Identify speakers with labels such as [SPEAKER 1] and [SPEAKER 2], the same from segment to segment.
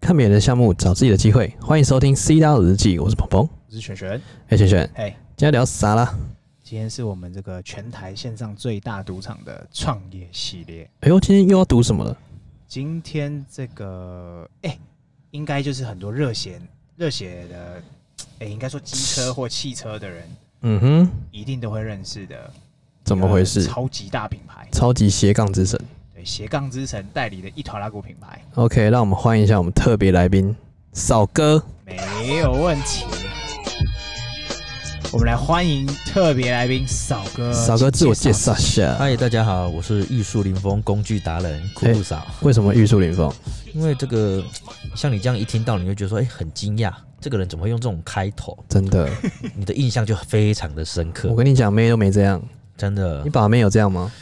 [SPEAKER 1] 看别人的项目，找自己的机会。欢迎收听《C 大佬日记》，我是鹏鹏。
[SPEAKER 2] 我是璇璇，
[SPEAKER 1] 哎，璇璇，
[SPEAKER 2] 哎，
[SPEAKER 1] 今天聊啥啦？
[SPEAKER 2] 今天是我们这个全台线上最大赌场的创业系列。
[SPEAKER 1] 哎呦，今天又要读什么了？
[SPEAKER 2] 今天这个，哎、应该就是很多热血热血的，哎、应该说机车或汽车的人
[SPEAKER 1] 嗯哼，
[SPEAKER 2] 一定都会认识的。
[SPEAKER 1] 怎么回事？
[SPEAKER 2] 超级大品牌，
[SPEAKER 1] 超级斜杠之神。
[SPEAKER 2] 对，斜杠之神代理的一团拉古品牌，
[SPEAKER 1] OK，让我们欢迎一下我们特别来宾少哥。
[SPEAKER 2] 没有问题。我们来欢迎特别来宾少哥，
[SPEAKER 1] 少哥自我介绍一
[SPEAKER 2] 请
[SPEAKER 1] 下，
[SPEAKER 3] 嗨，大家好，我是玉树临风工具达人酷酷嫂。
[SPEAKER 1] 为什么玉树临风？
[SPEAKER 3] 因为这个，像你这样一听到，你会觉得说，哎、很惊讶，这个人怎么会用这种开头？
[SPEAKER 1] 真的，
[SPEAKER 3] 你的印象就非常的深刻
[SPEAKER 1] 我，跟你讲，妹都没这样。
[SPEAKER 3] 真的
[SPEAKER 1] 你，把妹有这样 吗？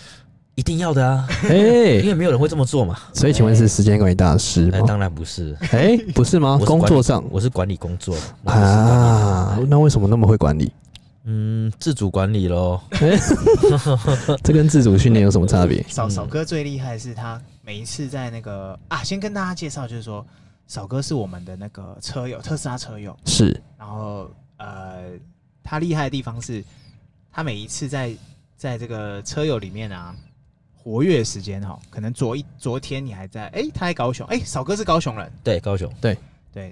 [SPEAKER 3] 一定要的啊，
[SPEAKER 1] 哎
[SPEAKER 3] 因，为没有人会这么做嘛。
[SPEAKER 1] 所以请问是时间管理大师
[SPEAKER 3] 那、
[SPEAKER 1] 吗？
[SPEAKER 3] 当然不是，
[SPEAKER 1] 哎，不是吗
[SPEAKER 3] 我？是管
[SPEAKER 1] 工作上
[SPEAKER 3] 我是管理工作嘛，我不是管理
[SPEAKER 1] 啊，那为什么那么会管 理？
[SPEAKER 3] 嗯，自主管理咯。
[SPEAKER 1] 这跟自主训练有什么差别？
[SPEAKER 3] 嗯
[SPEAKER 2] 少少哥最厉害的是他每一次在那个啊，先跟大家介绍，就是说少哥是我们的那个车友，特斯拉车友。
[SPEAKER 1] 是
[SPEAKER 2] 然后呃，他厉害的地方是，他每一次在在这个车友里面啊，活跃时间哈、哦，可能昨一昨天你还在，哎，他在高雄，哎，少哥是高雄人，
[SPEAKER 3] 对，高雄，
[SPEAKER 2] 对，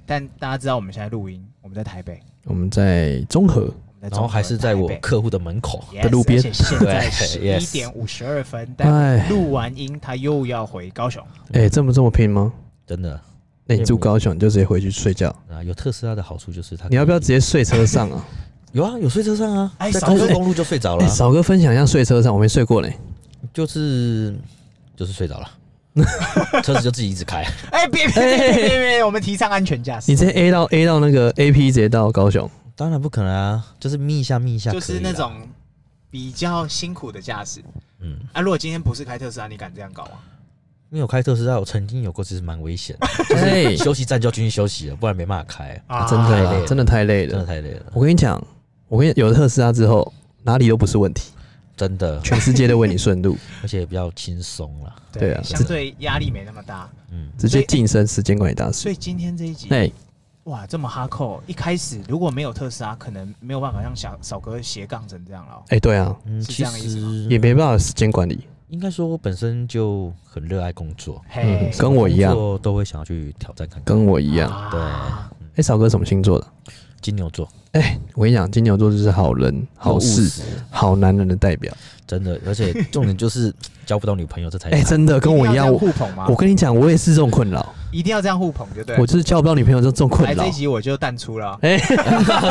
[SPEAKER 2] 但大家知道我们现在录音，我们在台北，
[SPEAKER 1] 我们在综合
[SPEAKER 2] 我们在
[SPEAKER 3] 然后还是在我客户的门口。
[SPEAKER 2] 的
[SPEAKER 1] 的路边
[SPEAKER 2] 现在十
[SPEAKER 3] 对
[SPEAKER 2] 一
[SPEAKER 3] ，yes
[SPEAKER 2] 点五十二分，
[SPEAKER 1] 哎
[SPEAKER 2] 但录完音他又要回高雄。
[SPEAKER 1] 哎、这么这么拼吗？
[SPEAKER 3] 真的
[SPEAKER 1] 那你住高雄你就直接回去睡觉，
[SPEAKER 3] 啊，有特斯拉的好处就是它可以。
[SPEAKER 1] 你要不要直接睡车上 啊？
[SPEAKER 3] 有啊，有睡车上啊，
[SPEAKER 2] 哎
[SPEAKER 3] 在
[SPEAKER 2] 少
[SPEAKER 3] 高速
[SPEAKER 2] 哥
[SPEAKER 3] 公路就睡着了
[SPEAKER 1] 哎、
[SPEAKER 3] 啊、
[SPEAKER 1] 少哥分享一下睡车上，我没睡过嘞。
[SPEAKER 3] 就是就是睡 着了，车子就自己一直开。
[SPEAKER 2] 哎，别别别别别，我们提倡安全驾驶
[SPEAKER 1] 你，直接 A 到 A 到那个 AP 直接到高雄，
[SPEAKER 3] 当然不可能啊，就是眯一下眯一下可以
[SPEAKER 2] 就
[SPEAKER 3] 啦，
[SPEAKER 1] 啊
[SPEAKER 2] 是那种比较辛苦的驾驶。
[SPEAKER 3] 嗯，
[SPEAKER 2] 啊，如果今天不是开特斯拉，你敢这样搞吗？
[SPEAKER 3] 因为我开特斯拉，我曾经有过，其实蛮危险 的，
[SPEAKER 1] 哎、
[SPEAKER 3] 休息站就要进去休息了，不然没办法开，
[SPEAKER 2] 啊
[SPEAKER 1] 真
[SPEAKER 3] 太
[SPEAKER 1] 的
[SPEAKER 3] 累
[SPEAKER 1] 啦，
[SPEAKER 3] 了
[SPEAKER 1] 真的太累
[SPEAKER 3] 真的
[SPEAKER 1] 了。
[SPEAKER 3] 太累了，
[SPEAKER 1] 我跟你讲，我跟你有了特斯拉之后，哪里都不是问题，
[SPEAKER 3] 真的，
[SPEAKER 1] 全世界都为你顺 路，
[SPEAKER 3] 而且也比较轻松了，
[SPEAKER 1] 对啊
[SPEAKER 2] 相对压力没那么大。
[SPEAKER 3] 嗯，
[SPEAKER 1] 直接晋升时间管理大师
[SPEAKER 2] 所。以今天这一集，
[SPEAKER 1] 哎、
[SPEAKER 2] 哇，这么哈扣，一开始如果没有特斯拉，可能没有办法像小少哥斜杠成这样了哦。
[SPEAKER 1] 哎、对啊，
[SPEAKER 3] 嗯，
[SPEAKER 2] 是这
[SPEAKER 3] 其
[SPEAKER 2] 样的意思吗
[SPEAKER 1] 也
[SPEAKER 3] 实
[SPEAKER 1] 没办法时间管理，
[SPEAKER 3] 应该说，我本身就很热爱工作，
[SPEAKER 1] 嗯
[SPEAKER 2] 嘿，，
[SPEAKER 1] 跟我一样，
[SPEAKER 3] 工作都会想要去挑战看看。
[SPEAKER 1] 跟我一样。
[SPEAKER 2] 啊
[SPEAKER 3] 对
[SPEAKER 1] 哎、少哥什么星座的？
[SPEAKER 3] 金牛座，
[SPEAKER 1] 哎、我跟你讲，金牛座就是好人、好
[SPEAKER 3] 又务
[SPEAKER 1] 事、
[SPEAKER 3] 实
[SPEAKER 1] 好男人的代表。
[SPEAKER 3] 真的，而且重点就是 交不到女朋友，这才
[SPEAKER 1] 哎、
[SPEAKER 3] 惨
[SPEAKER 1] 真的跟我一
[SPEAKER 2] 定要
[SPEAKER 1] 样，
[SPEAKER 2] 这
[SPEAKER 1] 我
[SPEAKER 2] 互捧吗
[SPEAKER 1] 我？跟你讲，我也是这种困扰，
[SPEAKER 2] 一定要这样互捧就对了。
[SPEAKER 1] 我就是交不到女朋友就这种困
[SPEAKER 2] 来
[SPEAKER 1] 扰
[SPEAKER 2] 这一，集我就淡出了哦，
[SPEAKER 1] 哎、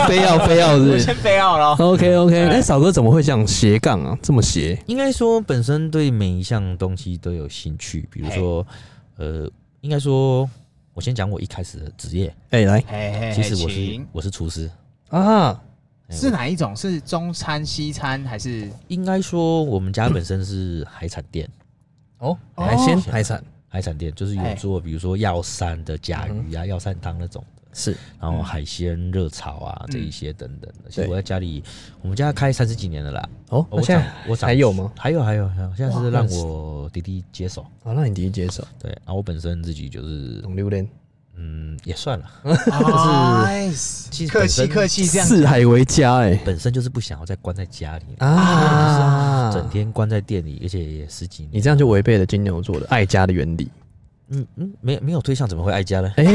[SPEAKER 1] 非要非要是不
[SPEAKER 2] 我
[SPEAKER 1] 是
[SPEAKER 2] 先飞奥 了哦。
[SPEAKER 1] ？OK OK，
[SPEAKER 2] 哎
[SPEAKER 1] 那少哥怎么会这样斜杠啊？这么斜？
[SPEAKER 3] 应该说本身对每一项东西都有兴趣，比如说，呃，应该说，我先讲我一开始的职业，
[SPEAKER 1] 哎、来
[SPEAKER 2] 嘿嘿，
[SPEAKER 3] 其实我是
[SPEAKER 1] 哎
[SPEAKER 2] 请
[SPEAKER 3] 我是厨师，
[SPEAKER 1] 啊，
[SPEAKER 3] 哎
[SPEAKER 2] 是哪一种？是中餐、西餐还是？
[SPEAKER 3] 应该说我们家本身是海产 店，
[SPEAKER 1] 哦，
[SPEAKER 2] 哦
[SPEAKER 1] 海鲜海产
[SPEAKER 3] 海产店就是有做比如说药膳的甲鱼
[SPEAKER 1] 嗯
[SPEAKER 3] 啊、药膳汤那种的，
[SPEAKER 1] 是
[SPEAKER 3] 然后海鲜热炒啊
[SPEAKER 2] 嗯
[SPEAKER 3] 这一些等等的。其
[SPEAKER 1] 嗯对
[SPEAKER 3] 实我在家里，我们家开三十几年了啦。
[SPEAKER 1] 哦，那
[SPEAKER 3] 我
[SPEAKER 1] 现
[SPEAKER 3] 长
[SPEAKER 1] 在
[SPEAKER 3] 我长
[SPEAKER 1] 还有吗？
[SPEAKER 3] 还有还有还有，现在
[SPEAKER 1] 哇
[SPEAKER 3] 是让
[SPEAKER 1] 那是
[SPEAKER 3] 我弟弟接手。
[SPEAKER 1] 好，那你第一接手
[SPEAKER 3] 对，然后我本身自己就是
[SPEAKER 1] 懂榴莲，
[SPEAKER 3] 嗯也算了，
[SPEAKER 2] 是
[SPEAKER 3] 其实
[SPEAKER 2] 哦客
[SPEAKER 3] 本
[SPEAKER 2] 气
[SPEAKER 3] 身
[SPEAKER 2] 客气这样
[SPEAKER 1] 四海为家哎、
[SPEAKER 3] 本身就是不想要再关在家里，
[SPEAKER 1] 啊，
[SPEAKER 3] 整天关在店里，而且也十几
[SPEAKER 1] 你
[SPEAKER 3] 年。
[SPEAKER 1] 这样就违背了金牛座的爱家的原理，
[SPEAKER 3] 嗯嗯，没有没有对象怎么会爱家呢？
[SPEAKER 1] 哎、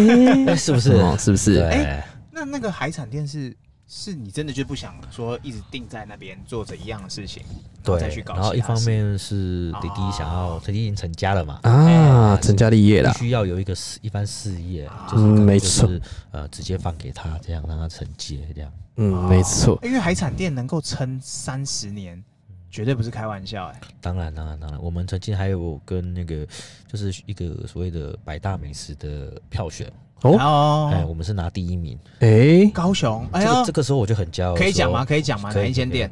[SPEAKER 3] 哎， 是不是？
[SPEAKER 1] 哦是不是？
[SPEAKER 3] 对。
[SPEAKER 2] 那那个海产店是是你真的就不想说一直定在那边做着一样的事情，然后
[SPEAKER 3] 对，
[SPEAKER 2] 再去搞其他事。
[SPEAKER 3] 然后一方面是弟弟想要，
[SPEAKER 2] 哦
[SPEAKER 3] 弟弟已经成家了嘛，
[SPEAKER 2] 哎
[SPEAKER 1] 啊，成家立业啦
[SPEAKER 3] 必，须要有一个事一番事业，就是
[SPEAKER 1] 嗯，没
[SPEAKER 3] 就
[SPEAKER 1] 错，
[SPEAKER 3] 是呃直接放给他，这样让他承接，这样
[SPEAKER 2] 哦
[SPEAKER 1] 嗯，没错，
[SPEAKER 2] 因为海产店能够撑三十年，绝对不是开玩笑哎、
[SPEAKER 3] 当然当然当然，我们曾经还有跟那个就是一个所谓的百大美食的票选，
[SPEAKER 1] 哦
[SPEAKER 2] 哦，
[SPEAKER 3] 哎，我们是拿第一名，
[SPEAKER 1] 哎、
[SPEAKER 2] 高雄，哎
[SPEAKER 3] 这个
[SPEAKER 2] 呦
[SPEAKER 3] 这，个时候我就很骄傲，
[SPEAKER 2] 可以讲吗？
[SPEAKER 3] 说？
[SPEAKER 2] 可以讲吗？
[SPEAKER 3] 可以
[SPEAKER 2] 哪一间店？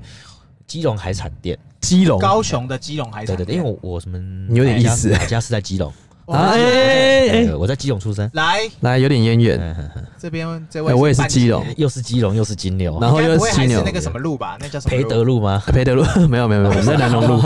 [SPEAKER 3] 基隆海产店，
[SPEAKER 1] 基隆，
[SPEAKER 2] 高雄的基隆海产
[SPEAKER 3] 对对
[SPEAKER 2] 店。
[SPEAKER 3] 对，因为我我们
[SPEAKER 1] 你有点意思
[SPEAKER 3] 我家是在基隆，
[SPEAKER 2] 哇
[SPEAKER 1] 啊哎哎
[SPEAKER 3] 呃我在基隆出生，
[SPEAKER 2] 来
[SPEAKER 1] 来有点渊源，
[SPEAKER 3] 嗯哼哼
[SPEAKER 2] 这边这
[SPEAKER 1] 哎，
[SPEAKER 2] 位，
[SPEAKER 1] 我也是基隆，
[SPEAKER 3] 又是基隆又是金牛，
[SPEAKER 1] 然后
[SPEAKER 2] 应该
[SPEAKER 1] 又
[SPEAKER 2] 不会
[SPEAKER 1] 是
[SPEAKER 2] 还
[SPEAKER 1] 犀
[SPEAKER 2] 是
[SPEAKER 1] 牛
[SPEAKER 2] 那，个什么路吧？那叫什么
[SPEAKER 3] 培
[SPEAKER 2] 路？
[SPEAKER 3] 德路吗？
[SPEAKER 1] 培德路 没有没有没有，我们在南龙路，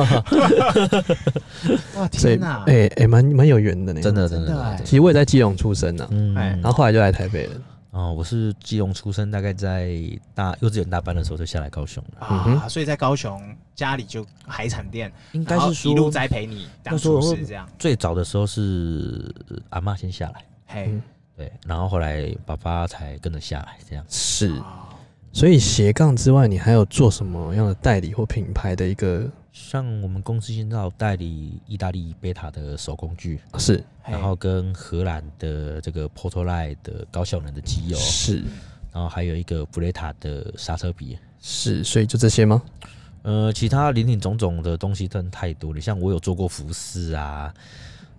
[SPEAKER 2] 哇，
[SPEAKER 1] 所以
[SPEAKER 2] 天哪！
[SPEAKER 1] 哎哎蛮蛮有缘的呢，
[SPEAKER 3] 真的
[SPEAKER 2] 真
[SPEAKER 3] 真
[SPEAKER 2] 的
[SPEAKER 3] 的，真
[SPEAKER 2] 哎
[SPEAKER 3] 的
[SPEAKER 1] 其实我也在基隆出生啊，
[SPEAKER 3] 嗯
[SPEAKER 2] 哎
[SPEAKER 1] 然后后来就来台北了，
[SPEAKER 3] 哦，我是基隆出生，大概在大幼稚园大班的时候就下来高雄了。
[SPEAKER 1] 嗯
[SPEAKER 2] 啊，
[SPEAKER 1] 哼
[SPEAKER 2] 所以在高雄家里就海产店，
[SPEAKER 3] 应该
[SPEAKER 2] 然后
[SPEAKER 3] 是
[SPEAKER 2] 一路
[SPEAKER 3] 说，
[SPEAKER 2] 栽培你当
[SPEAKER 3] 那时候
[SPEAKER 2] 厨师这样。
[SPEAKER 3] 最早的时候是呃阿嬷先下来，
[SPEAKER 2] 嘿，
[SPEAKER 3] 对，然后后来爸爸才跟着下来，这样。
[SPEAKER 1] 是
[SPEAKER 2] 哦
[SPEAKER 1] 所以斜杠之外，你还有做什么样的代理或品牌的一个
[SPEAKER 3] 像我们公司现在有代理意大利贝塔的手工具，
[SPEAKER 1] 啊是
[SPEAKER 2] 嘿
[SPEAKER 3] 然后跟荷兰的这个 p o t o l i 的高效能的机油，
[SPEAKER 1] 是
[SPEAKER 3] 然后还有一个布雷塔的刹车皮。
[SPEAKER 1] 是，所以就这些吗？
[SPEAKER 3] 呃，其他林林总总的东西真的太多了，像我有做过服饰啊，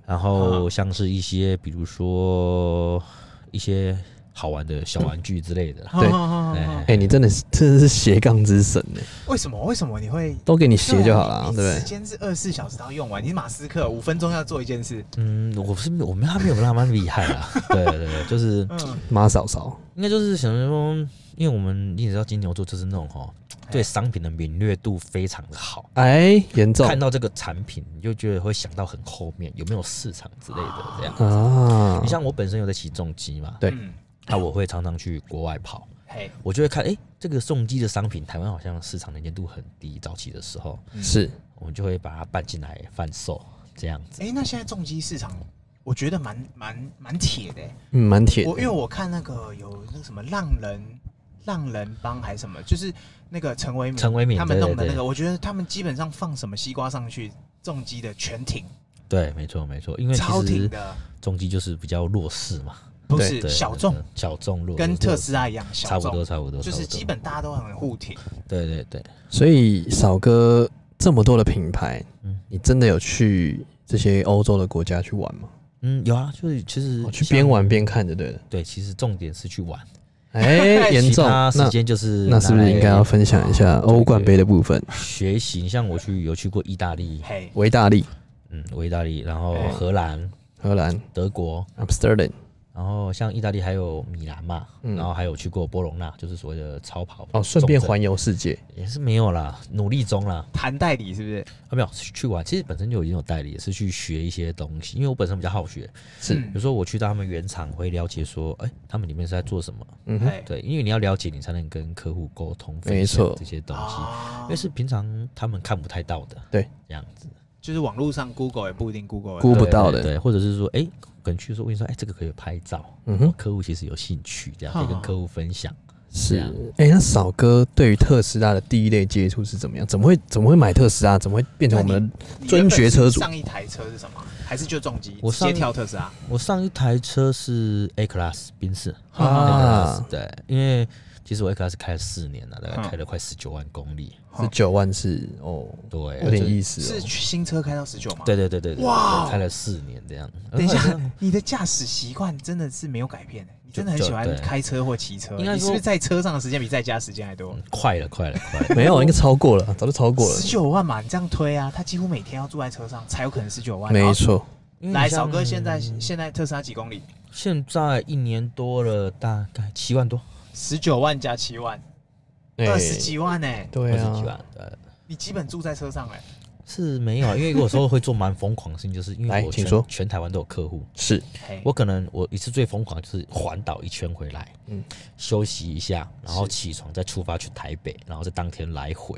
[SPEAKER 3] 然后像是一些比如说一些好玩的小玩具之类的啦。
[SPEAKER 2] 好
[SPEAKER 1] 对
[SPEAKER 2] 好好好
[SPEAKER 3] 哎
[SPEAKER 2] 好
[SPEAKER 1] 哎、你真的是真的是斜杠之神呢，
[SPEAKER 2] 为什么为什么你会
[SPEAKER 1] 都给你斜就好了、啊，对不
[SPEAKER 2] 你
[SPEAKER 1] 对
[SPEAKER 2] 时？间是二十四小时都要用完，你是马斯克，五分钟要做一件事。
[SPEAKER 3] 嗯，我不是我们他没有那么厉害 啦，对对对，就是
[SPEAKER 2] 嗯，
[SPEAKER 1] 妈嫂嫂，
[SPEAKER 3] 应该就是想说，因为我们你也知道金牛座就是那种哈，对商品的敏锐度非常的好，
[SPEAKER 1] 哎，严重
[SPEAKER 3] 看到这个产品你就觉得会想到很后面有没有市场之类的这样。
[SPEAKER 1] 啊
[SPEAKER 3] 你，像我本身有在骑重机嘛，
[SPEAKER 1] 对
[SPEAKER 2] 嗯，
[SPEAKER 3] 那我会常常去国外跑，
[SPEAKER 2] 嘿，
[SPEAKER 3] 我就会看，哎、这个重机的商品台湾好像市场能见度很低，早期的时候
[SPEAKER 2] 嗯
[SPEAKER 1] 是
[SPEAKER 3] 我们就会把它办进来贩售这样子。
[SPEAKER 2] 哎，那现在重机市场，我觉得蛮蛮蛮铁的欸。
[SPEAKER 1] 嗯，蛮铁
[SPEAKER 2] 我因
[SPEAKER 1] 的，
[SPEAKER 2] 为我看那个有那个什么浪人浪人帮还是什么，就是那个陈为民
[SPEAKER 3] 陈为民
[SPEAKER 2] 嗯他们弄的
[SPEAKER 3] 对对
[SPEAKER 2] 那
[SPEAKER 3] 对
[SPEAKER 2] 个，我觉得他们基本上放什么西瓜上去，重击的全挺，
[SPEAKER 3] 对，没错没错，因为
[SPEAKER 2] 超
[SPEAKER 3] 其
[SPEAKER 2] 挺
[SPEAKER 3] 实
[SPEAKER 2] 的，
[SPEAKER 3] 重机就是比较弱势嘛，
[SPEAKER 2] 不
[SPEAKER 1] 对
[SPEAKER 2] 是
[SPEAKER 3] 对，
[SPEAKER 2] 小众
[SPEAKER 3] 对，小众弱，
[SPEAKER 2] 跟
[SPEAKER 3] 弱
[SPEAKER 2] 特斯拉一样，小
[SPEAKER 3] 差不多
[SPEAKER 2] 众
[SPEAKER 3] 差不多，
[SPEAKER 2] 就
[SPEAKER 3] 差
[SPEAKER 2] 是
[SPEAKER 3] 不多
[SPEAKER 2] 基本大家都很互挺。
[SPEAKER 3] 对对对。
[SPEAKER 1] 所以嫂哥这么多的品牌，
[SPEAKER 3] 嗯
[SPEAKER 1] 你真的有去这些欧洲的国家去玩吗？
[SPEAKER 3] 嗯，有啊，就是其实
[SPEAKER 1] 哦去
[SPEAKER 3] 像
[SPEAKER 1] 边玩边看就 对了。
[SPEAKER 3] 对，其实重点是去玩，
[SPEAKER 1] 哎，严
[SPEAKER 3] 其
[SPEAKER 1] 重，
[SPEAKER 3] 他时
[SPEAKER 1] 那
[SPEAKER 3] 间哦就是
[SPEAKER 1] 那是不是应该要分享一下欧冠杯的部分？
[SPEAKER 3] 学习？像我去有去过意大利，
[SPEAKER 2] 嘿，
[SPEAKER 1] 维大利、
[SPEAKER 3] 嗯，我意大利，然后
[SPEAKER 2] 哎
[SPEAKER 3] 荷兰、
[SPEAKER 1] 荷兰、
[SPEAKER 3] 德国，
[SPEAKER 1] Amsterdam，
[SPEAKER 3] 然后像意大利还有米兰嘛，
[SPEAKER 1] 嗯
[SPEAKER 3] 然后还有去过波隆纳，就是所谓的超跑
[SPEAKER 1] 哦，顺便
[SPEAKER 3] 重镇
[SPEAKER 1] 环游世界，
[SPEAKER 3] 也是没有啦，努力中啦，
[SPEAKER 2] 谈代理是不是？
[SPEAKER 3] 啊没有是去玩，其实本身就已经有代理，也是去学一些东西，因为我本身比较好学，
[SPEAKER 1] 是，
[SPEAKER 2] 嗯
[SPEAKER 3] 有时候我去到他们原厂会了解说，哎、他们里面是在做什么，
[SPEAKER 1] 嗯哼，
[SPEAKER 2] 嘿，
[SPEAKER 3] 对，因为你要了解，你才能跟客户沟通，
[SPEAKER 1] 没
[SPEAKER 3] 分
[SPEAKER 1] 错
[SPEAKER 3] 享这些东西。
[SPEAKER 2] 啊
[SPEAKER 3] 因为是平常他们看不太到的，
[SPEAKER 1] 对，
[SPEAKER 3] 这样子
[SPEAKER 2] 就是网络上 Google 也不一定 Google
[SPEAKER 1] 估
[SPEAKER 2] 得
[SPEAKER 1] 不
[SPEAKER 3] 对
[SPEAKER 1] 到
[SPEAKER 3] 对
[SPEAKER 1] 的，
[SPEAKER 3] 对，或者是说，哎、可能去说问说，哎、这个可以拍照，
[SPEAKER 1] 嗯哼，
[SPEAKER 3] 客户其实有兴趣，这样
[SPEAKER 2] 哈
[SPEAKER 3] 可以跟客户分享。
[SPEAKER 1] 是
[SPEAKER 3] 啊，
[SPEAKER 1] 哎、那嫂哥对于特斯拉的第一类接触是怎么样？怎么会怎么会买特斯拉？怎么会变成我们的？
[SPEAKER 2] 到。
[SPEAKER 1] 尊爵车主
[SPEAKER 2] 上一台车是什么？还是就重机？
[SPEAKER 3] 我
[SPEAKER 2] 直接
[SPEAKER 3] 上
[SPEAKER 2] 跳特斯拉。
[SPEAKER 3] 我上一台车是 A Class 宾士
[SPEAKER 1] 啊
[SPEAKER 3] ，A Class 对，因为其实我 A Class 开了四年了，大
[SPEAKER 2] 嗯
[SPEAKER 3] 概开了快十九万公里，
[SPEAKER 1] 十九万是哦，
[SPEAKER 3] 对，
[SPEAKER 1] 有点
[SPEAKER 3] 就是
[SPEAKER 1] 意思
[SPEAKER 2] 是
[SPEAKER 1] 哦。
[SPEAKER 2] 新车开到十九吗？
[SPEAKER 3] 对对对对对，
[SPEAKER 2] 哇哦
[SPEAKER 3] 对开了四年这样。嗯
[SPEAKER 2] 等一下
[SPEAKER 3] 然后好像，
[SPEAKER 2] 你的驾驶习惯真的是没有改变、欸，你真的很
[SPEAKER 3] 就
[SPEAKER 2] 喜欢
[SPEAKER 3] 对
[SPEAKER 2] 开车或骑车、
[SPEAKER 3] 应该
[SPEAKER 2] 你是不
[SPEAKER 3] 说
[SPEAKER 2] 是在车上的时间比在家时间还多
[SPEAKER 3] 嗯？快了，快了，快了。
[SPEAKER 1] 没有，应该超过了，早就超过了
[SPEAKER 2] 十。九万嘛，你这样推啊，他几乎每天要住在车上，才有可能十九万。
[SPEAKER 1] 没
[SPEAKER 2] 好
[SPEAKER 1] 错，
[SPEAKER 3] 因为
[SPEAKER 2] 来，
[SPEAKER 3] 你像
[SPEAKER 2] 小哥，现在
[SPEAKER 3] 嗯
[SPEAKER 2] 现在特斯拉几公里？
[SPEAKER 3] 现在一年多了，大概七万多，
[SPEAKER 2] 十九万加七万，
[SPEAKER 1] 哎
[SPEAKER 2] 二十几万呢、
[SPEAKER 1] 对
[SPEAKER 3] 二十
[SPEAKER 1] 啊，
[SPEAKER 3] 几万，对。
[SPEAKER 2] 你基本住在车上哎、
[SPEAKER 3] 是没有，因为有时候会做蛮疯狂的事情，就是因
[SPEAKER 1] 来
[SPEAKER 3] 为我
[SPEAKER 1] 请
[SPEAKER 3] 全
[SPEAKER 1] 说
[SPEAKER 3] 全台湾都有客户，
[SPEAKER 1] 是
[SPEAKER 2] 嘿
[SPEAKER 3] 我可能我一次最疯狂就是环岛一圈回来，
[SPEAKER 1] 嗯
[SPEAKER 3] 嗯，休息一下，然后
[SPEAKER 2] 是
[SPEAKER 3] 起床再出发去台北，然后再当天来回。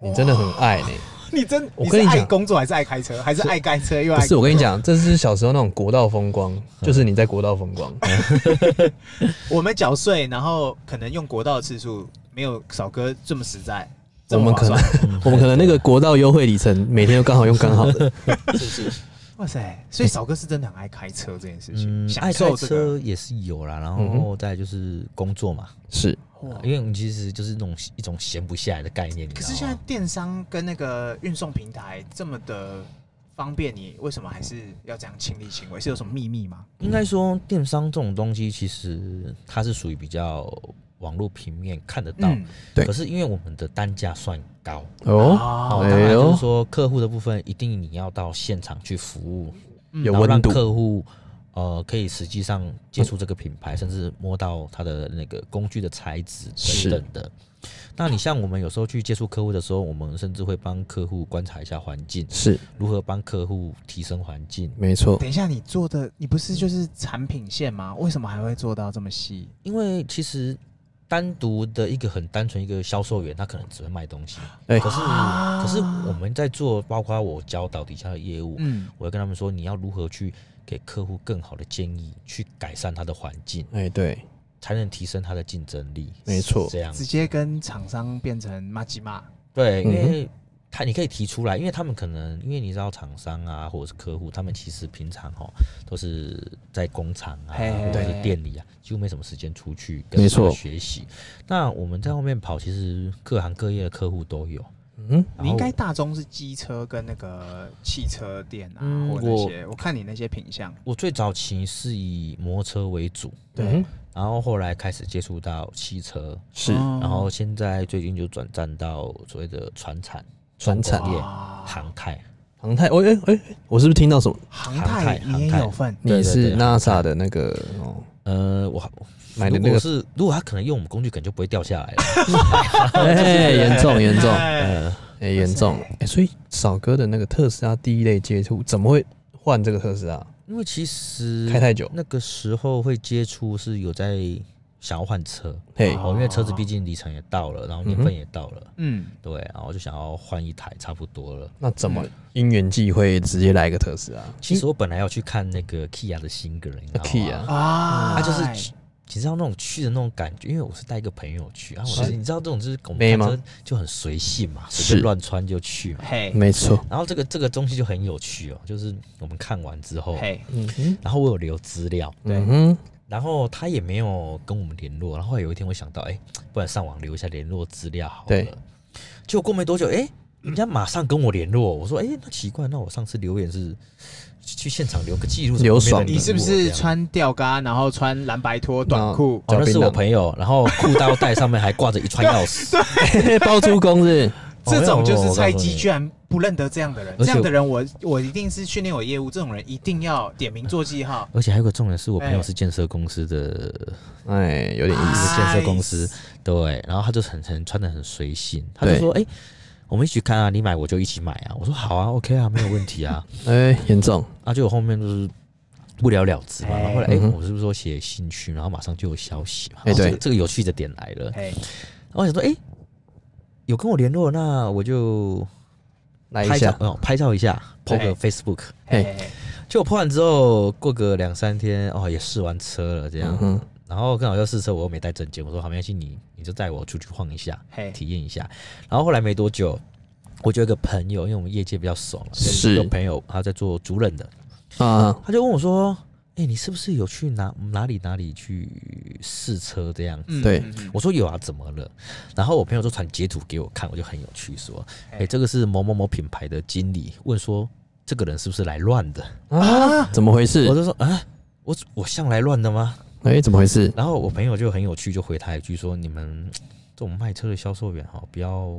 [SPEAKER 1] 你真的很爱呢、
[SPEAKER 2] 你真，
[SPEAKER 1] 我跟你
[SPEAKER 2] 是爱
[SPEAKER 1] 讲
[SPEAKER 2] 工作还是爱开车，还是爱开车又
[SPEAKER 1] 不
[SPEAKER 2] 爱？
[SPEAKER 1] 是，我跟你讲，这是小时候那种国道风光，就是你在国道风光。
[SPEAKER 3] 嗯
[SPEAKER 2] 我们缴税，然后可能用国道的次数没有少哥这么实在，这
[SPEAKER 1] 我
[SPEAKER 2] 么
[SPEAKER 1] 们
[SPEAKER 2] 划
[SPEAKER 1] 可能
[SPEAKER 2] 算
[SPEAKER 1] 我们可能那个国道优惠里程，每天都刚好用刚好 的。
[SPEAKER 2] 哇塞，所以少哥是真的很爱开车这件事情，
[SPEAKER 3] 嗯，
[SPEAKER 2] 享
[SPEAKER 3] 爱开
[SPEAKER 2] 受这个。
[SPEAKER 3] 车也是有啦，然
[SPEAKER 1] 嗯
[SPEAKER 3] 后再来就是工作嘛，
[SPEAKER 1] 是，
[SPEAKER 2] 哇
[SPEAKER 3] 因为我们其实就是那种一种闲不下来的概念，你
[SPEAKER 2] 可
[SPEAKER 3] 知
[SPEAKER 2] 是现
[SPEAKER 3] 道
[SPEAKER 2] 在
[SPEAKER 3] 吗？
[SPEAKER 2] 电商跟那个运送平台这么的方便你，为什么还是要这样亲力亲为？是有什么秘密吗？
[SPEAKER 3] 嗯应该说电商这种东西，其实它是属于比较网络平面看得到，
[SPEAKER 2] 嗯，
[SPEAKER 1] 对
[SPEAKER 3] 可是因为我们的单价算高，
[SPEAKER 1] 哦，
[SPEAKER 2] 啊
[SPEAKER 3] 哦，
[SPEAKER 1] 哎
[SPEAKER 3] 当然
[SPEAKER 1] 呦
[SPEAKER 3] 就是说客户的部分，一定你要到现场去服务，
[SPEAKER 2] 嗯
[SPEAKER 1] 有
[SPEAKER 3] 然后
[SPEAKER 1] 温
[SPEAKER 3] 让
[SPEAKER 1] 度
[SPEAKER 3] 客户呃可以实际上接触这个品
[SPEAKER 1] 嗯
[SPEAKER 3] 牌，甚至摸到它的那个工具的材质
[SPEAKER 1] 是
[SPEAKER 3] 等等的。那你像我们有时候去接触客户的时候，我们甚至会帮客户观察一下环境，
[SPEAKER 1] 是
[SPEAKER 3] 如何帮客户提升环境。
[SPEAKER 1] 没错，
[SPEAKER 2] 等一下，你做的你不是就是产品线吗？为什么还会做到这么细？
[SPEAKER 3] 因为其实单独的一个很单纯一个销售员，他可能只会卖东西，
[SPEAKER 1] 哎
[SPEAKER 3] 可是
[SPEAKER 2] 啊
[SPEAKER 3] 可是我们在做，包括我教导底下的业务，
[SPEAKER 2] 嗯，
[SPEAKER 3] 我会跟他们说，你要如何去给客户更好的建议，去改善他的环境，
[SPEAKER 1] 哎对，
[SPEAKER 3] 才能提升他的竞争力。
[SPEAKER 1] 没错，
[SPEAKER 3] 这样
[SPEAKER 2] 直接跟厂商变成马吉马，
[SPEAKER 3] 对，
[SPEAKER 1] 嗯
[SPEAKER 3] 因
[SPEAKER 1] 哼
[SPEAKER 3] 为他你可以提出来，因为他们可能因为你知道厂商啊，或者是客户，他们其实平常哦都是在工厂啊，
[SPEAKER 2] 嘿嘿
[SPEAKER 3] 或者
[SPEAKER 2] 嘿
[SPEAKER 3] 是店里啊，几乎没什么时间出去跟
[SPEAKER 1] 没错
[SPEAKER 3] 学习。那我们在后面跑，其实各行各业的客户都有。
[SPEAKER 1] 嗯，
[SPEAKER 3] 然
[SPEAKER 2] 你应
[SPEAKER 3] 后
[SPEAKER 2] 该大宗是机车跟那个汽车店啊，
[SPEAKER 3] 嗯
[SPEAKER 2] 或者那些。我看你那些品相，
[SPEAKER 3] 我最早期是以摩托车为主，
[SPEAKER 1] 嗯，
[SPEAKER 3] 然后后来开始接触到汽车，
[SPEAKER 1] 是
[SPEAKER 2] 哦
[SPEAKER 3] 然后现在最近就转战到所谓的船产、
[SPEAKER 1] 船产
[SPEAKER 3] 工业、
[SPEAKER 2] 哇
[SPEAKER 3] 航太。
[SPEAKER 1] 航太，哦哎哎，哎我是不是听到什么？
[SPEAKER 2] 航
[SPEAKER 3] 航
[SPEAKER 2] 太
[SPEAKER 3] 太
[SPEAKER 2] 你也
[SPEAKER 3] 航太
[SPEAKER 2] 有份，
[SPEAKER 1] 你
[SPEAKER 3] 对对
[SPEAKER 1] 是
[SPEAKER 3] 对
[SPEAKER 1] NASA 的那个 哦，
[SPEAKER 3] 呃，我
[SPEAKER 1] 买的
[SPEAKER 3] 如
[SPEAKER 1] 那
[SPEAKER 3] 果
[SPEAKER 1] 个，
[SPEAKER 3] 是如果他可能用我们工具，可能就不会掉下来了。
[SPEAKER 1] 哎，严重严重，
[SPEAKER 2] 哎
[SPEAKER 3] 呃，
[SPEAKER 1] 哎严 重，哎，所以少哥的那个特斯拉第一类接触，怎么会换这个特斯拉？
[SPEAKER 3] 因为其实
[SPEAKER 1] 开太久，
[SPEAKER 3] 那个时候会接触是有在想要换车，
[SPEAKER 1] 嘿，
[SPEAKER 3] 哦，因为车子毕竟里程也到了，然后年
[SPEAKER 1] 嗯哼
[SPEAKER 3] 份也到了，
[SPEAKER 2] 嗯，
[SPEAKER 3] 对，然后就想要换一台差不多了。
[SPEAKER 1] 那怎么因缘际会直接来一个特斯拉？
[SPEAKER 3] 其实我本来要去看那个 Kia 的新歌，你知道吗
[SPEAKER 1] Kia
[SPEAKER 2] 啊，
[SPEAKER 3] 他就是去，你知道那种去的那种感觉，因为我是带一个朋友去，然后我
[SPEAKER 1] 是
[SPEAKER 3] 是你知道这种就是我
[SPEAKER 1] 妹
[SPEAKER 3] 们
[SPEAKER 1] 吗
[SPEAKER 3] 开车就很随性嘛，
[SPEAKER 1] 是
[SPEAKER 3] 随便乱穿就去嘛。
[SPEAKER 2] 嘿，
[SPEAKER 1] 没错，
[SPEAKER 3] 然后这个这个东西就很有趣哦，就是我们看完之后，
[SPEAKER 2] 嘿，
[SPEAKER 1] 嗯哼，
[SPEAKER 3] 然后我有留资料，
[SPEAKER 2] 对
[SPEAKER 1] 嗯哼，
[SPEAKER 3] 然后他也没有跟我们联络，然后后来有一天我想到，哎，不然上网留一下联络资料好
[SPEAKER 1] 对
[SPEAKER 3] 了。结果过没多久，哎，人家马上跟我联络，我说，哎，那奇怪，那我上次留言是去现场留个记录什么，
[SPEAKER 1] 留爽的
[SPEAKER 3] 没人
[SPEAKER 2] 你是不
[SPEAKER 3] 理我这
[SPEAKER 2] 是
[SPEAKER 3] 样
[SPEAKER 2] 穿吊嘎，然后穿蓝白拖短裤？
[SPEAKER 3] 哦，那是
[SPEAKER 1] 找槟
[SPEAKER 3] 我
[SPEAKER 1] 榔
[SPEAKER 3] 朋友，然后裤腰带上面还挂着一串 钥匙，
[SPEAKER 1] 包租公是
[SPEAKER 3] 哦
[SPEAKER 2] 这种就是菜
[SPEAKER 3] 没有没有我告诉
[SPEAKER 2] 鸡，
[SPEAKER 3] 你
[SPEAKER 2] 居然不认得这样的人，
[SPEAKER 3] 而且
[SPEAKER 2] 这样的人我我一定是训练我业务，这种人一定要点名做记号。
[SPEAKER 3] 而且还有个重点是我朋友
[SPEAKER 2] 哎
[SPEAKER 3] 是建设公司的，
[SPEAKER 1] 不是， 哎，有点意
[SPEAKER 3] 一
[SPEAKER 1] 思
[SPEAKER 3] 个建设公
[SPEAKER 2] Nice
[SPEAKER 3] 司，对，然后他就很很穿的很随性，他就
[SPEAKER 1] 对
[SPEAKER 3] 说，哎、我们一起看啊，你买我就一起买啊，我说好啊，OK 啊，没有问题啊，，
[SPEAKER 1] 哎，严重，
[SPEAKER 3] 啊，就后面就是不了了之嘛，
[SPEAKER 2] 哎
[SPEAKER 3] 然后后来，哎、
[SPEAKER 1] 嗯哼
[SPEAKER 3] 我是不是说写信去，然后马上就有消息嘛，
[SPEAKER 1] 哎
[SPEAKER 3] 哦
[SPEAKER 1] 对
[SPEAKER 3] 这个这个有趣的点来了，
[SPEAKER 2] 嘿，
[SPEAKER 3] 然后我想说，哎、有跟我联络，那我就
[SPEAKER 1] 来一
[SPEAKER 3] 拍照
[SPEAKER 1] 下，，
[SPEAKER 3] 哦，拍照一下，po
[SPEAKER 2] 哎
[SPEAKER 3] 个 Facebook，
[SPEAKER 1] 嘿
[SPEAKER 2] 嘿嘿，嘿
[SPEAKER 3] 就破完之后，过个两三天，哦，也试完车了，这样
[SPEAKER 1] 嗯，哼，
[SPEAKER 3] 然后刚好要试车，我又没带证件，我说好，没关系，你你就带我出去晃一下，
[SPEAKER 2] 嘿
[SPEAKER 3] 体验一下。然后后来没多久，我就有一个朋友，因为我们业界比较熟嘛，
[SPEAKER 1] 是
[SPEAKER 3] 有朋友他在做主任的，
[SPEAKER 1] 啊，
[SPEAKER 3] 他就问我说：“哎、你是不是有去哪哪里哪里去试车这样？”
[SPEAKER 2] 嗯
[SPEAKER 1] 对，
[SPEAKER 2] 嗯嗯
[SPEAKER 3] 我说有啊，怎么了？然后我朋友就传截图给我看，我就很有趣，说：“哎、
[SPEAKER 2] 哎
[SPEAKER 3] 这个是某某某品牌的经理，问说这个人是不是来乱的？”
[SPEAKER 1] 啊，怎么回事
[SPEAKER 3] 我？就说：“啊，我我向来乱的吗？”
[SPEAKER 1] 哎，怎么回事？
[SPEAKER 3] 然后我朋友就很有趣，就回他一句说：“你们这种卖车的销售员哈，不要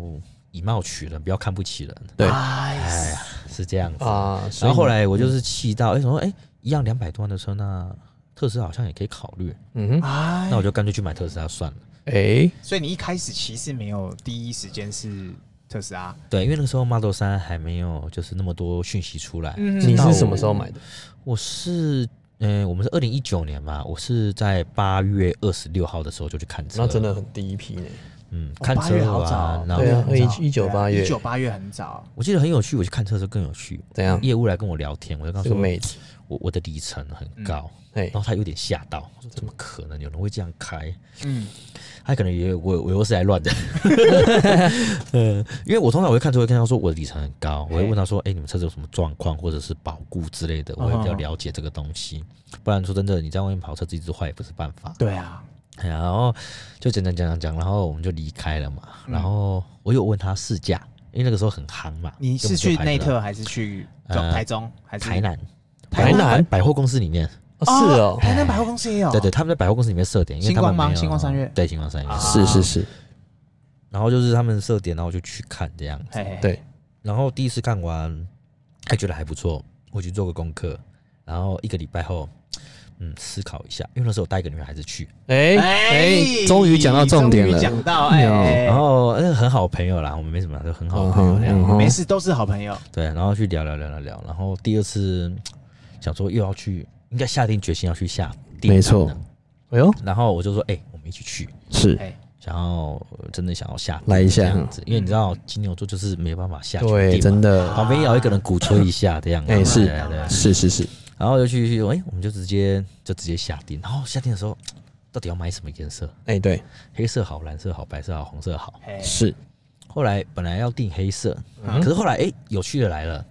[SPEAKER 3] 以貌取人，不要看不起人。
[SPEAKER 1] 对
[SPEAKER 3] 哎
[SPEAKER 2] Nice
[SPEAKER 3] 呀，是这样子。
[SPEAKER 1] 啊，所
[SPEAKER 3] 然
[SPEAKER 1] 以
[SPEAKER 3] 后后，来我就是气到，哎、想说哎、一样两百多万的车，那特斯拉好像也可以考虑，
[SPEAKER 1] 嗯哼，
[SPEAKER 2] 哎，
[SPEAKER 3] 那我就干脆去买特斯拉算了。
[SPEAKER 1] 哎，
[SPEAKER 2] 所以你一开始其实没有第一时间是特斯拉，
[SPEAKER 3] 对，因为那个时候 Model 三还没有就是那么多讯息出来。
[SPEAKER 2] 嗯
[SPEAKER 1] 你
[SPEAKER 3] 到
[SPEAKER 1] 是
[SPEAKER 3] 我
[SPEAKER 1] 什么时候买的？
[SPEAKER 3] 我是，嗯、我们是二零一九年嘛，我是在八月二十六号的时候就去看车，
[SPEAKER 1] 那真，的很第一批呢，
[SPEAKER 3] 嗯，
[SPEAKER 2] 哦
[SPEAKER 3] 看
[SPEAKER 2] 八月
[SPEAKER 3] 车
[SPEAKER 2] 好
[SPEAKER 3] 啊
[SPEAKER 2] 早，
[SPEAKER 3] 然后
[SPEAKER 1] 对啊
[SPEAKER 2] 很早
[SPEAKER 1] 一一九八月
[SPEAKER 2] 一九八月很早，
[SPEAKER 3] 我记得很有趣，我去看车的时候更有趣。
[SPEAKER 1] 怎样？
[SPEAKER 3] 业务来跟我聊天，我就跟他
[SPEAKER 1] 这个
[SPEAKER 3] 说，
[SPEAKER 1] 妹子，
[SPEAKER 3] 我我的里程很高，
[SPEAKER 1] 哎
[SPEAKER 3] 然，后他有点吓到，我说怎么可能有人会这样开？
[SPEAKER 2] 嗯，
[SPEAKER 3] 他可能以为我我又是来乱 的，嗯，因为我通常我会看车，会跟他说我的里程很高，我会问他说，哎、你们车子有什么状况或者是保固之类的，我会比较了解这个东西，
[SPEAKER 2] 哦
[SPEAKER 3] 不然说真的，你在外面跑车子一直坏也不是办 法。
[SPEAKER 2] 对啊，
[SPEAKER 3] 哎呀然后就讲讲讲讲讲，然后我们就离开了嘛，
[SPEAKER 2] 嗯
[SPEAKER 3] 然后我有问他试驾，因为那个时候很夯嘛，
[SPEAKER 2] 你是
[SPEAKER 3] 所以
[SPEAKER 2] 去
[SPEAKER 3] 我们就
[SPEAKER 2] 内
[SPEAKER 3] 排了
[SPEAKER 2] 特还是去中
[SPEAKER 3] 呃
[SPEAKER 2] 台中还是
[SPEAKER 3] 台？南。
[SPEAKER 1] 台南
[SPEAKER 3] 百货公司里面，
[SPEAKER 1] 哦是哦，
[SPEAKER 2] 台南百货公司也有，
[SPEAKER 3] 对对，，他们在百货公司里面设点，因为
[SPEAKER 2] 星
[SPEAKER 3] 他
[SPEAKER 2] 光
[SPEAKER 3] 们
[SPEAKER 2] 吗
[SPEAKER 3] 没有
[SPEAKER 2] 星光三月
[SPEAKER 3] 对，星光三月。
[SPEAKER 2] 啊
[SPEAKER 1] 是是是，
[SPEAKER 3] 然后就是他们设点，然后就去看这样。
[SPEAKER 2] 嘿嘿，
[SPEAKER 1] 对，
[SPEAKER 3] 然后第一次看完，还觉得还不错，我去做个功课，然后一个礼拜后，嗯，思考一下，因为那时候我带一个女孩子去，
[SPEAKER 1] 哎哎，终于讲到重点
[SPEAKER 2] 终
[SPEAKER 1] 了
[SPEAKER 2] 于，讲到哎，
[SPEAKER 1] 哎
[SPEAKER 2] 哎
[SPEAKER 3] 然后那个很好朋友啦，我们没什么，就很好
[SPEAKER 1] 嗯
[SPEAKER 3] 朋友
[SPEAKER 1] 哼
[SPEAKER 3] 那
[SPEAKER 1] 嗯
[SPEAKER 3] 样。
[SPEAKER 1] 哼
[SPEAKER 2] 没事，都是好朋友。
[SPEAKER 3] 对，然后去聊聊聊聊聊，然后第二次想说又要去，应该下定决心要去下地，
[SPEAKER 1] 没错哎呦，
[SPEAKER 3] 然后我就说，哎、我们一起去，
[SPEAKER 1] 是
[SPEAKER 2] 哎，
[SPEAKER 3] 想要呃真的想要下
[SPEAKER 1] 来一下嗯
[SPEAKER 3] 这样子，因为你知道金牛座就是没办法下决定嘛，
[SPEAKER 1] 对，真的，
[SPEAKER 3] 旁边要有一个人鼓吹一下这样子，
[SPEAKER 1] 哎是
[SPEAKER 3] 对啊对对
[SPEAKER 1] 是是是，
[SPEAKER 3] 然后就去去，哎、我们就直接就直接下定，然后下定的时候，到底要买什么颜色？
[SPEAKER 1] 哎对，
[SPEAKER 3] 黑色好，蓝色好，白色好，红色好。
[SPEAKER 2] 哎
[SPEAKER 1] 是，
[SPEAKER 3] 后来本来要定黑色，
[SPEAKER 1] 嗯
[SPEAKER 3] 可是后来哎、有趣的来了，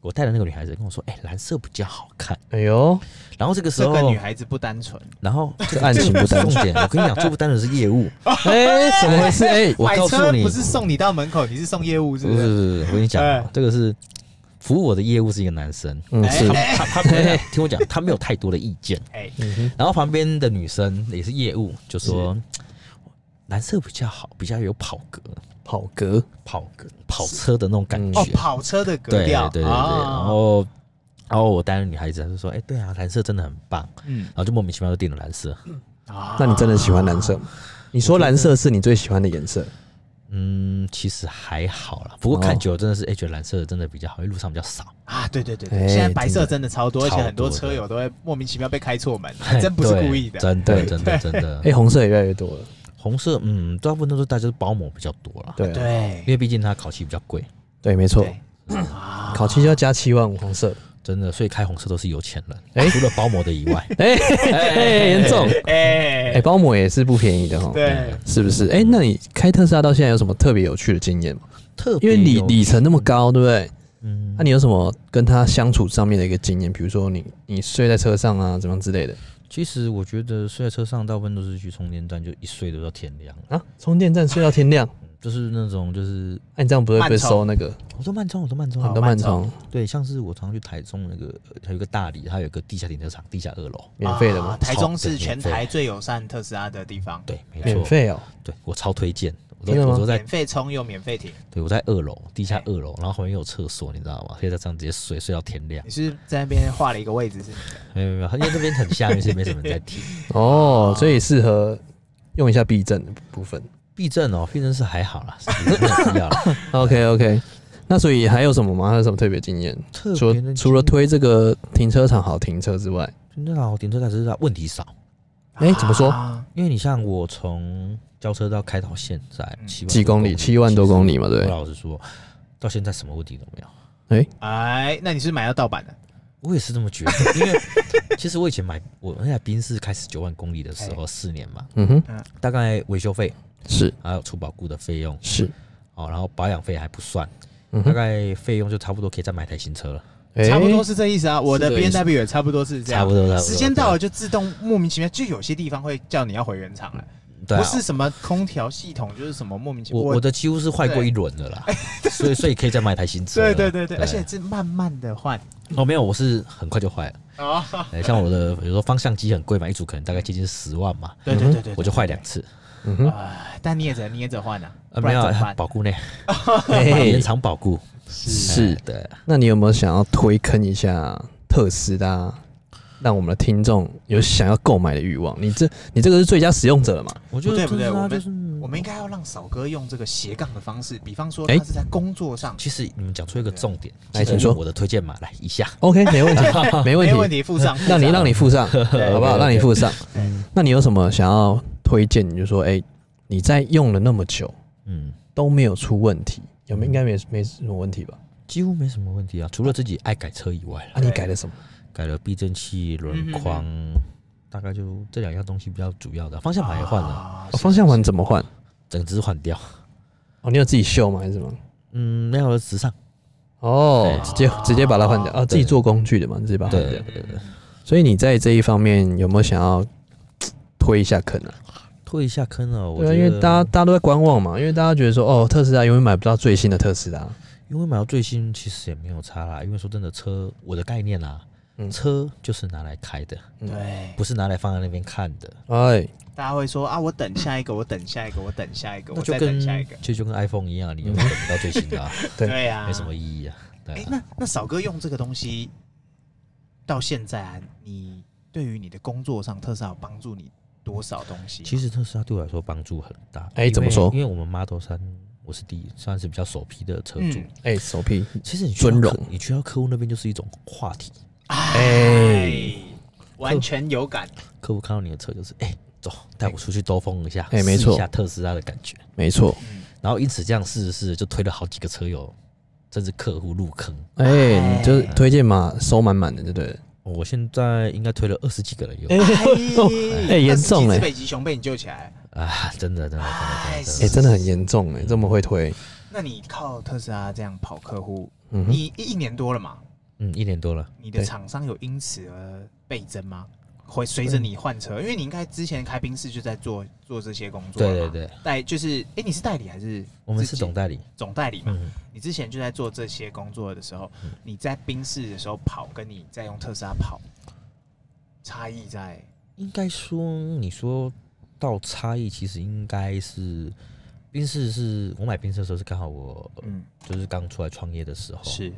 [SPEAKER 3] 我带的那个女孩子跟我说，哎、蓝色比较好看。
[SPEAKER 1] 哎呦，
[SPEAKER 3] 然后这个时
[SPEAKER 2] 这
[SPEAKER 3] 候，
[SPEAKER 2] 个女孩子不单纯，
[SPEAKER 3] 然后
[SPEAKER 1] 这案情不单
[SPEAKER 3] 重点，我跟你讲，最不单纯是业务。
[SPEAKER 1] 哎，怎么回事？哎，
[SPEAKER 3] 我
[SPEAKER 2] 买
[SPEAKER 3] 告
[SPEAKER 2] 车
[SPEAKER 3] 诉你，
[SPEAKER 2] 不是送你到门口，你是送业务，是
[SPEAKER 3] 不
[SPEAKER 2] 不
[SPEAKER 3] 是不
[SPEAKER 2] 是？
[SPEAKER 3] 是不是，我跟你讲啊
[SPEAKER 2] 哎，
[SPEAKER 3] 这个是服务我的业务是一个男生，
[SPEAKER 1] 嗯是，
[SPEAKER 3] 他他他听我讲，他没有太多的意见。
[SPEAKER 2] 哎，
[SPEAKER 1] 嗯哼，
[SPEAKER 3] 然后旁边的女生也是业务，就说蓝色比较好，比较有跑格、
[SPEAKER 1] 跑格，
[SPEAKER 3] 跑格、跑车的那种感
[SPEAKER 1] 嗯
[SPEAKER 3] 觉。
[SPEAKER 2] 哦，跑车的
[SPEAKER 3] 对
[SPEAKER 2] 格
[SPEAKER 3] 对
[SPEAKER 2] 调，
[SPEAKER 3] 对对对。哦
[SPEAKER 2] 啊
[SPEAKER 3] 然后，然后我带着女孩子，她就说：“哎、对啊，蓝色真的很棒。”
[SPEAKER 2] 嗯
[SPEAKER 3] 然后就莫名其妙就订了蓝色。
[SPEAKER 2] 啊
[SPEAKER 1] 那你真的喜欢蓝色吗？你说蓝色是你最喜欢的颜色，
[SPEAKER 3] 嗯，其实还好啦，不过看久了真的是，哎、觉得蓝色的真的比较好，因为路上比较少，
[SPEAKER 2] 啊？对对对
[SPEAKER 1] 哎
[SPEAKER 2] 对，现在白
[SPEAKER 1] 真
[SPEAKER 2] 色
[SPEAKER 1] 的
[SPEAKER 2] 真的超多，而且
[SPEAKER 3] 超
[SPEAKER 2] 很多
[SPEAKER 3] 多的
[SPEAKER 2] 车友都会莫名其妙被开错门，还真不是
[SPEAKER 3] 对
[SPEAKER 2] 故意的。
[SPEAKER 3] 真的
[SPEAKER 1] 对
[SPEAKER 3] 真的真的。
[SPEAKER 1] 哎，红色也越来越多了，
[SPEAKER 3] 红色，嗯，大部分都是大家都保姆比较多啦，
[SPEAKER 1] 对啊
[SPEAKER 2] 对
[SPEAKER 3] 因为毕竟它烤漆比较贵，
[SPEAKER 1] 对，没错，
[SPEAKER 2] 对啊
[SPEAKER 1] 烤漆就要加七万五红色，
[SPEAKER 3] 真的，所以开红色都是有钱人，
[SPEAKER 1] 哎
[SPEAKER 3] 除了保姆的以外，
[SPEAKER 1] 哎，严重，
[SPEAKER 2] 哎
[SPEAKER 1] 哎，包膜也是不便宜的哈，
[SPEAKER 2] 对，
[SPEAKER 1] 是不是？哎，那你开特斯拉到现在有什么特别有趣的经验吗？
[SPEAKER 3] 特别
[SPEAKER 1] 因为里
[SPEAKER 3] 有
[SPEAKER 1] 里程那么高，对不对？
[SPEAKER 3] 嗯
[SPEAKER 1] 那、，你有什么跟他相处上面的一个经验？比如说你你睡在车上啊，怎么样之类的
[SPEAKER 3] 其实我觉得睡在车上，大部分都是去充电站，就一睡都到天亮了，
[SPEAKER 1] 啊？充电站睡到天亮，
[SPEAKER 3] 嗯就是那种就是
[SPEAKER 1] 那、你这样不会被
[SPEAKER 2] 慢充
[SPEAKER 1] 收那个
[SPEAKER 3] 我说慢充，我说慢充，
[SPEAKER 1] 很多
[SPEAKER 2] 哦
[SPEAKER 1] 慢
[SPEAKER 2] 慢
[SPEAKER 1] 充
[SPEAKER 3] 对，像是我常常去台中那个，呃它有一个大理，它有一个地下停车场，地下二楼，
[SPEAKER 1] 免费的
[SPEAKER 2] 啊
[SPEAKER 1] 吗？
[SPEAKER 2] 台中是
[SPEAKER 3] 免费
[SPEAKER 2] 全台最友善特斯拉的地方，
[SPEAKER 3] 对，没
[SPEAKER 1] 免
[SPEAKER 3] 错，
[SPEAKER 1] 费哦、
[SPEAKER 3] 对我超推荐，我
[SPEAKER 1] 真的
[SPEAKER 3] 都
[SPEAKER 1] 吗
[SPEAKER 3] 我都在
[SPEAKER 2] 免费充又免费停。
[SPEAKER 3] 对，我在二楼，地下二楼，然后旁边有厕所，你知道吗？可以在这样直接睡，睡到天 亮
[SPEAKER 2] 你。是不是在那边画了一个位置是吗？
[SPEAKER 3] 没有没有，因为那边很下面，是没什么人在
[SPEAKER 2] 啊
[SPEAKER 3] 停。
[SPEAKER 1] 哦，所以适合用一下避震的部分。
[SPEAKER 3] 避震哦，避震是还好啦，是没有必要啦。
[SPEAKER 1] OK OK，那所以还有什么吗？还有什么特别经验？
[SPEAKER 3] 特
[SPEAKER 1] 除
[SPEAKER 3] 别的
[SPEAKER 1] 了除了
[SPEAKER 3] 停
[SPEAKER 1] 推这个停车场好停车之外，
[SPEAKER 3] 停车场，停车场只是它问题少，
[SPEAKER 1] 哎怎么说
[SPEAKER 2] 啊
[SPEAKER 3] 因为你像我从交车到开到现在
[SPEAKER 2] 嗯
[SPEAKER 3] 七万
[SPEAKER 1] 几
[SPEAKER 3] 多
[SPEAKER 1] 公里？七万多公里嘛，对
[SPEAKER 3] 其
[SPEAKER 1] 不
[SPEAKER 3] 实
[SPEAKER 1] 对？
[SPEAKER 3] 我老实说，到现在什么问题都没有。
[SPEAKER 2] 哎，那你是买到盗版的？
[SPEAKER 3] 我也是这么觉 得，因为其实我以前买我那台宾士开十九万公里的时候，四年嘛，
[SPEAKER 1] 嗯哼，
[SPEAKER 3] 大概维修费
[SPEAKER 1] 是
[SPEAKER 3] 还有出保固的费用
[SPEAKER 1] 是，
[SPEAKER 3] 哦，然后保养费还不算，
[SPEAKER 1] 嗯
[SPEAKER 3] 大
[SPEAKER 1] 哼，
[SPEAKER 3] 概费用就差不多可以再买台新车了，
[SPEAKER 1] 哎
[SPEAKER 2] 差不多是这意思啊。我的
[SPEAKER 1] 是这
[SPEAKER 2] B
[SPEAKER 1] 意
[SPEAKER 2] N
[SPEAKER 1] 思
[SPEAKER 2] W 也差不多是这
[SPEAKER 3] 差
[SPEAKER 2] 样
[SPEAKER 3] 不。多差不多。
[SPEAKER 2] 时间到了就自动莫名其妙，就有些地方会叫你要回原厂了，
[SPEAKER 3] 对啊，
[SPEAKER 2] 不是什么空调系统，就是什么莫名其妙。
[SPEAKER 3] 我我的几乎是坏过一轮的啦， 所以所以可以再买台新车
[SPEAKER 2] 对
[SPEAKER 3] 了。
[SPEAKER 2] 对对对，而且是慢慢的换
[SPEAKER 3] 哦没有，我是很快就坏了。
[SPEAKER 2] 啊，
[SPEAKER 3] 哎像我的比如说方向机很贵嘛，一组可能大概接近十万嘛，
[SPEAKER 2] 对对对对，对
[SPEAKER 3] 嗯我就坏两。次。
[SPEAKER 1] 嗯哼，
[SPEAKER 2] 哎但你也只能捏着换啊，
[SPEAKER 3] 啊
[SPEAKER 2] 不
[SPEAKER 3] 没
[SPEAKER 2] 然
[SPEAKER 3] 有
[SPEAKER 2] 怎么
[SPEAKER 3] 啊
[SPEAKER 2] 办？
[SPEAKER 3] 保固呢，哎
[SPEAKER 1] 嘿嘿
[SPEAKER 3] 延长保固
[SPEAKER 1] 是
[SPEAKER 3] 哎对。
[SPEAKER 1] 那你有没有想要推坑一下特斯拉，让我们的听众有想要购买的欲望？你这你这个是最佳使用者了嘛？
[SPEAKER 3] 我觉得
[SPEAKER 2] 不对不对
[SPEAKER 3] 特斯拉
[SPEAKER 2] 我们
[SPEAKER 3] 就是嗯
[SPEAKER 2] 我们应该要让嫂哥用这个斜杠的方式，比方说
[SPEAKER 1] 哎
[SPEAKER 2] 他是在工作上，
[SPEAKER 3] 其实你们讲出一个重点，
[SPEAKER 1] 来
[SPEAKER 3] 记得
[SPEAKER 1] 请说
[SPEAKER 3] 我的推荐码来一下。
[SPEAKER 1] OK，没问题，没问
[SPEAKER 2] 没
[SPEAKER 1] 题，
[SPEAKER 2] 问题，附上，
[SPEAKER 1] 让你让你附 上，
[SPEAKER 2] 对
[SPEAKER 1] 好不好？
[SPEAKER 3] 对
[SPEAKER 1] 让你附上
[SPEAKER 2] 对。
[SPEAKER 1] 那你有什么想要推荐？你就说，哎、你在用了那么久
[SPEAKER 3] 嗯，
[SPEAKER 1] 都没有出问题，有没有应该没没什么问题吧？
[SPEAKER 3] 几乎没什么问题啊，除了自己爱改车以外啦
[SPEAKER 1] 啊，你
[SPEAKER 2] 对
[SPEAKER 1] 改了什么？
[SPEAKER 3] 改了避震器、轮框，大概就这两样东西比较主要的。方向盘也换了，
[SPEAKER 2] 啊
[SPEAKER 1] 哦、方向盘怎么换？
[SPEAKER 3] 整只换掉。
[SPEAKER 1] 哦，你有自己修吗？还是什么？
[SPEAKER 3] 嗯，那要直上。
[SPEAKER 1] 哦，
[SPEAKER 3] 对
[SPEAKER 1] 直接直接把它换掉啊！自己做工具的嘛，直接把它换
[SPEAKER 3] 对
[SPEAKER 1] 掉
[SPEAKER 3] 对。对对，
[SPEAKER 1] 所以你在这一方面有没有想要推一下坑啊？
[SPEAKER 3] 退一下坑了。我
[SPEAKER 1] 对啊，
[SPEAKER 3] 觉
[SPEAKER 1] 因
[SPEAKER 3] 得
[SPEAKER 1] 为大家大家都在观望嘛，因为大家觉得说，哦，特斯拉永远买不到最新的特斯拉。
[SPEAKER 3] 因为买到最新其实也没有差啦，因为说真的，车我的概念啊
[SPEAKER 1] 嗯，
[SPEAKER 3] 车就是拿来开的，
[SPEAKER 2] 对，
[SPEAKER 3] 不是拿来放在那边看的。
[SPEAKER 1] 哎，
[SPEAKER 2] 大家会说啊，我等下一个，我等下一个，我等下一个，
[SPEAKER 3] 那
[SPEAKER 2] 我
[SPEAKER 3] 就
[SPEAKER 2] 再
[SPEAKER 3] 跟
[SPEAKER 2] 等下一个。
[SPEAKER 3] 其实就跟 iPhone 一样，你永远等不到最新的啊，
[SPEAKER 1] 对
[SPEAKER 2] 对呀，
[SPEAKER 3] 没什么。意义啊。对
[SPEAKER 2] 哎，
[SPEAKER 3] 啊，
[SPEAKER 2] 那那嫂哥用这个东西，到现在啊，你对于你的工作上特斯拉有帮助你多少东西？啊
[SPEAKER 3] 其实特斯拉对我来说帮助很大。
[SPEAKER 1] 哎
[SPEAKER 3] 因为
[SPEAKER 1] 怎么说
[SPEAKER 3] 因为我们 Model 三，我是第一，算是比较首批的车主。
[SPEAKER 2] 嗯
[SPEAKER 1] 哎，首批
[SPEAKER 3] 其实你去到
[SPEAKER 1] 尊
[SPEAKER 3] 客
[SPEAKER 1] 荣
[SPEAKER 3] 你去到客户那边就是一种话题。
[SPEAKER 2] 哎，完全有感。
[SPEAKER 3] 客户看到你的车就是，哎、走，带我出去兜风一下，
[SPEAKER 1] 哎没错
[SPEAKER 3] 试一下特斯拉的感觉。
[SPEAKER 1] 没错，
[SPEAKER 2] 嗯，
[SPEAKER 3] 然后因此这样试着试着就推了好几个车友，甚至客户入坑。
[SPEAKER 1] 哎，你就是推荐码收满满的，对不对了？
[SPEAKER 3] 我现在应该推了二十几个人有、
[SPEAKER 1] 哎严重
[SPEAKER 2] 哎，
[SPEAKER 1] 哎
[SPEAKER 2] 北极熊被你救起来，
[SPEAKER 3] 啊，真的真的真的真
[SPEAKER 1] 哎，
[SPEAKER 3] 的
[SPEAKER 1] 真的很严重哎，这么会推，
[SPEAKER 2] 那你靠特斯拉这样跑客户，
[SPEAKER 1] 嗯哼，
[SPEAKER 2] 你一一年多了嘛？
[SPEAKER 3] 嗯，一年多了，
[SPEAKER 2] 你的
[SPEAKER 1] 对
[SPEAKER 2] 厂商有因此而倍增吗？会随着你换车，因为你应该之前开宾士就在做做这些工作了
[SPEAKER 3] 对
[SPEAKER 2] 嘛，
[SPEAKER 3] 对对，
[SPEAKER 2] 代就是哎、诶你是代理还是
[SPEAKER 3] 我们
[SPEAKER 2] 自
[SPEAKER 3] 是
[SPEAKER 2] 己
[SPEAKER 3] 总代理，
[SPEAKER 2] 总代理嘛？
[SPEAKER 3] 嗯，
[SPEAKER 2] 你之前就在做这些工作的时候，
[SPEAKER 1] 嗯
[SPEAKER 2] 你在宾士的时候跑，跟你在用特斯拉跑，差异在
[SPEAKER 3] 应该说你说到差异，其实应该是。宾士是我买宾士的时候是刚好我
[SPEAKER 2] 嗯
[SPEAKER 3] 就是刚出来创业的时候，
[SPEAKER 2] 是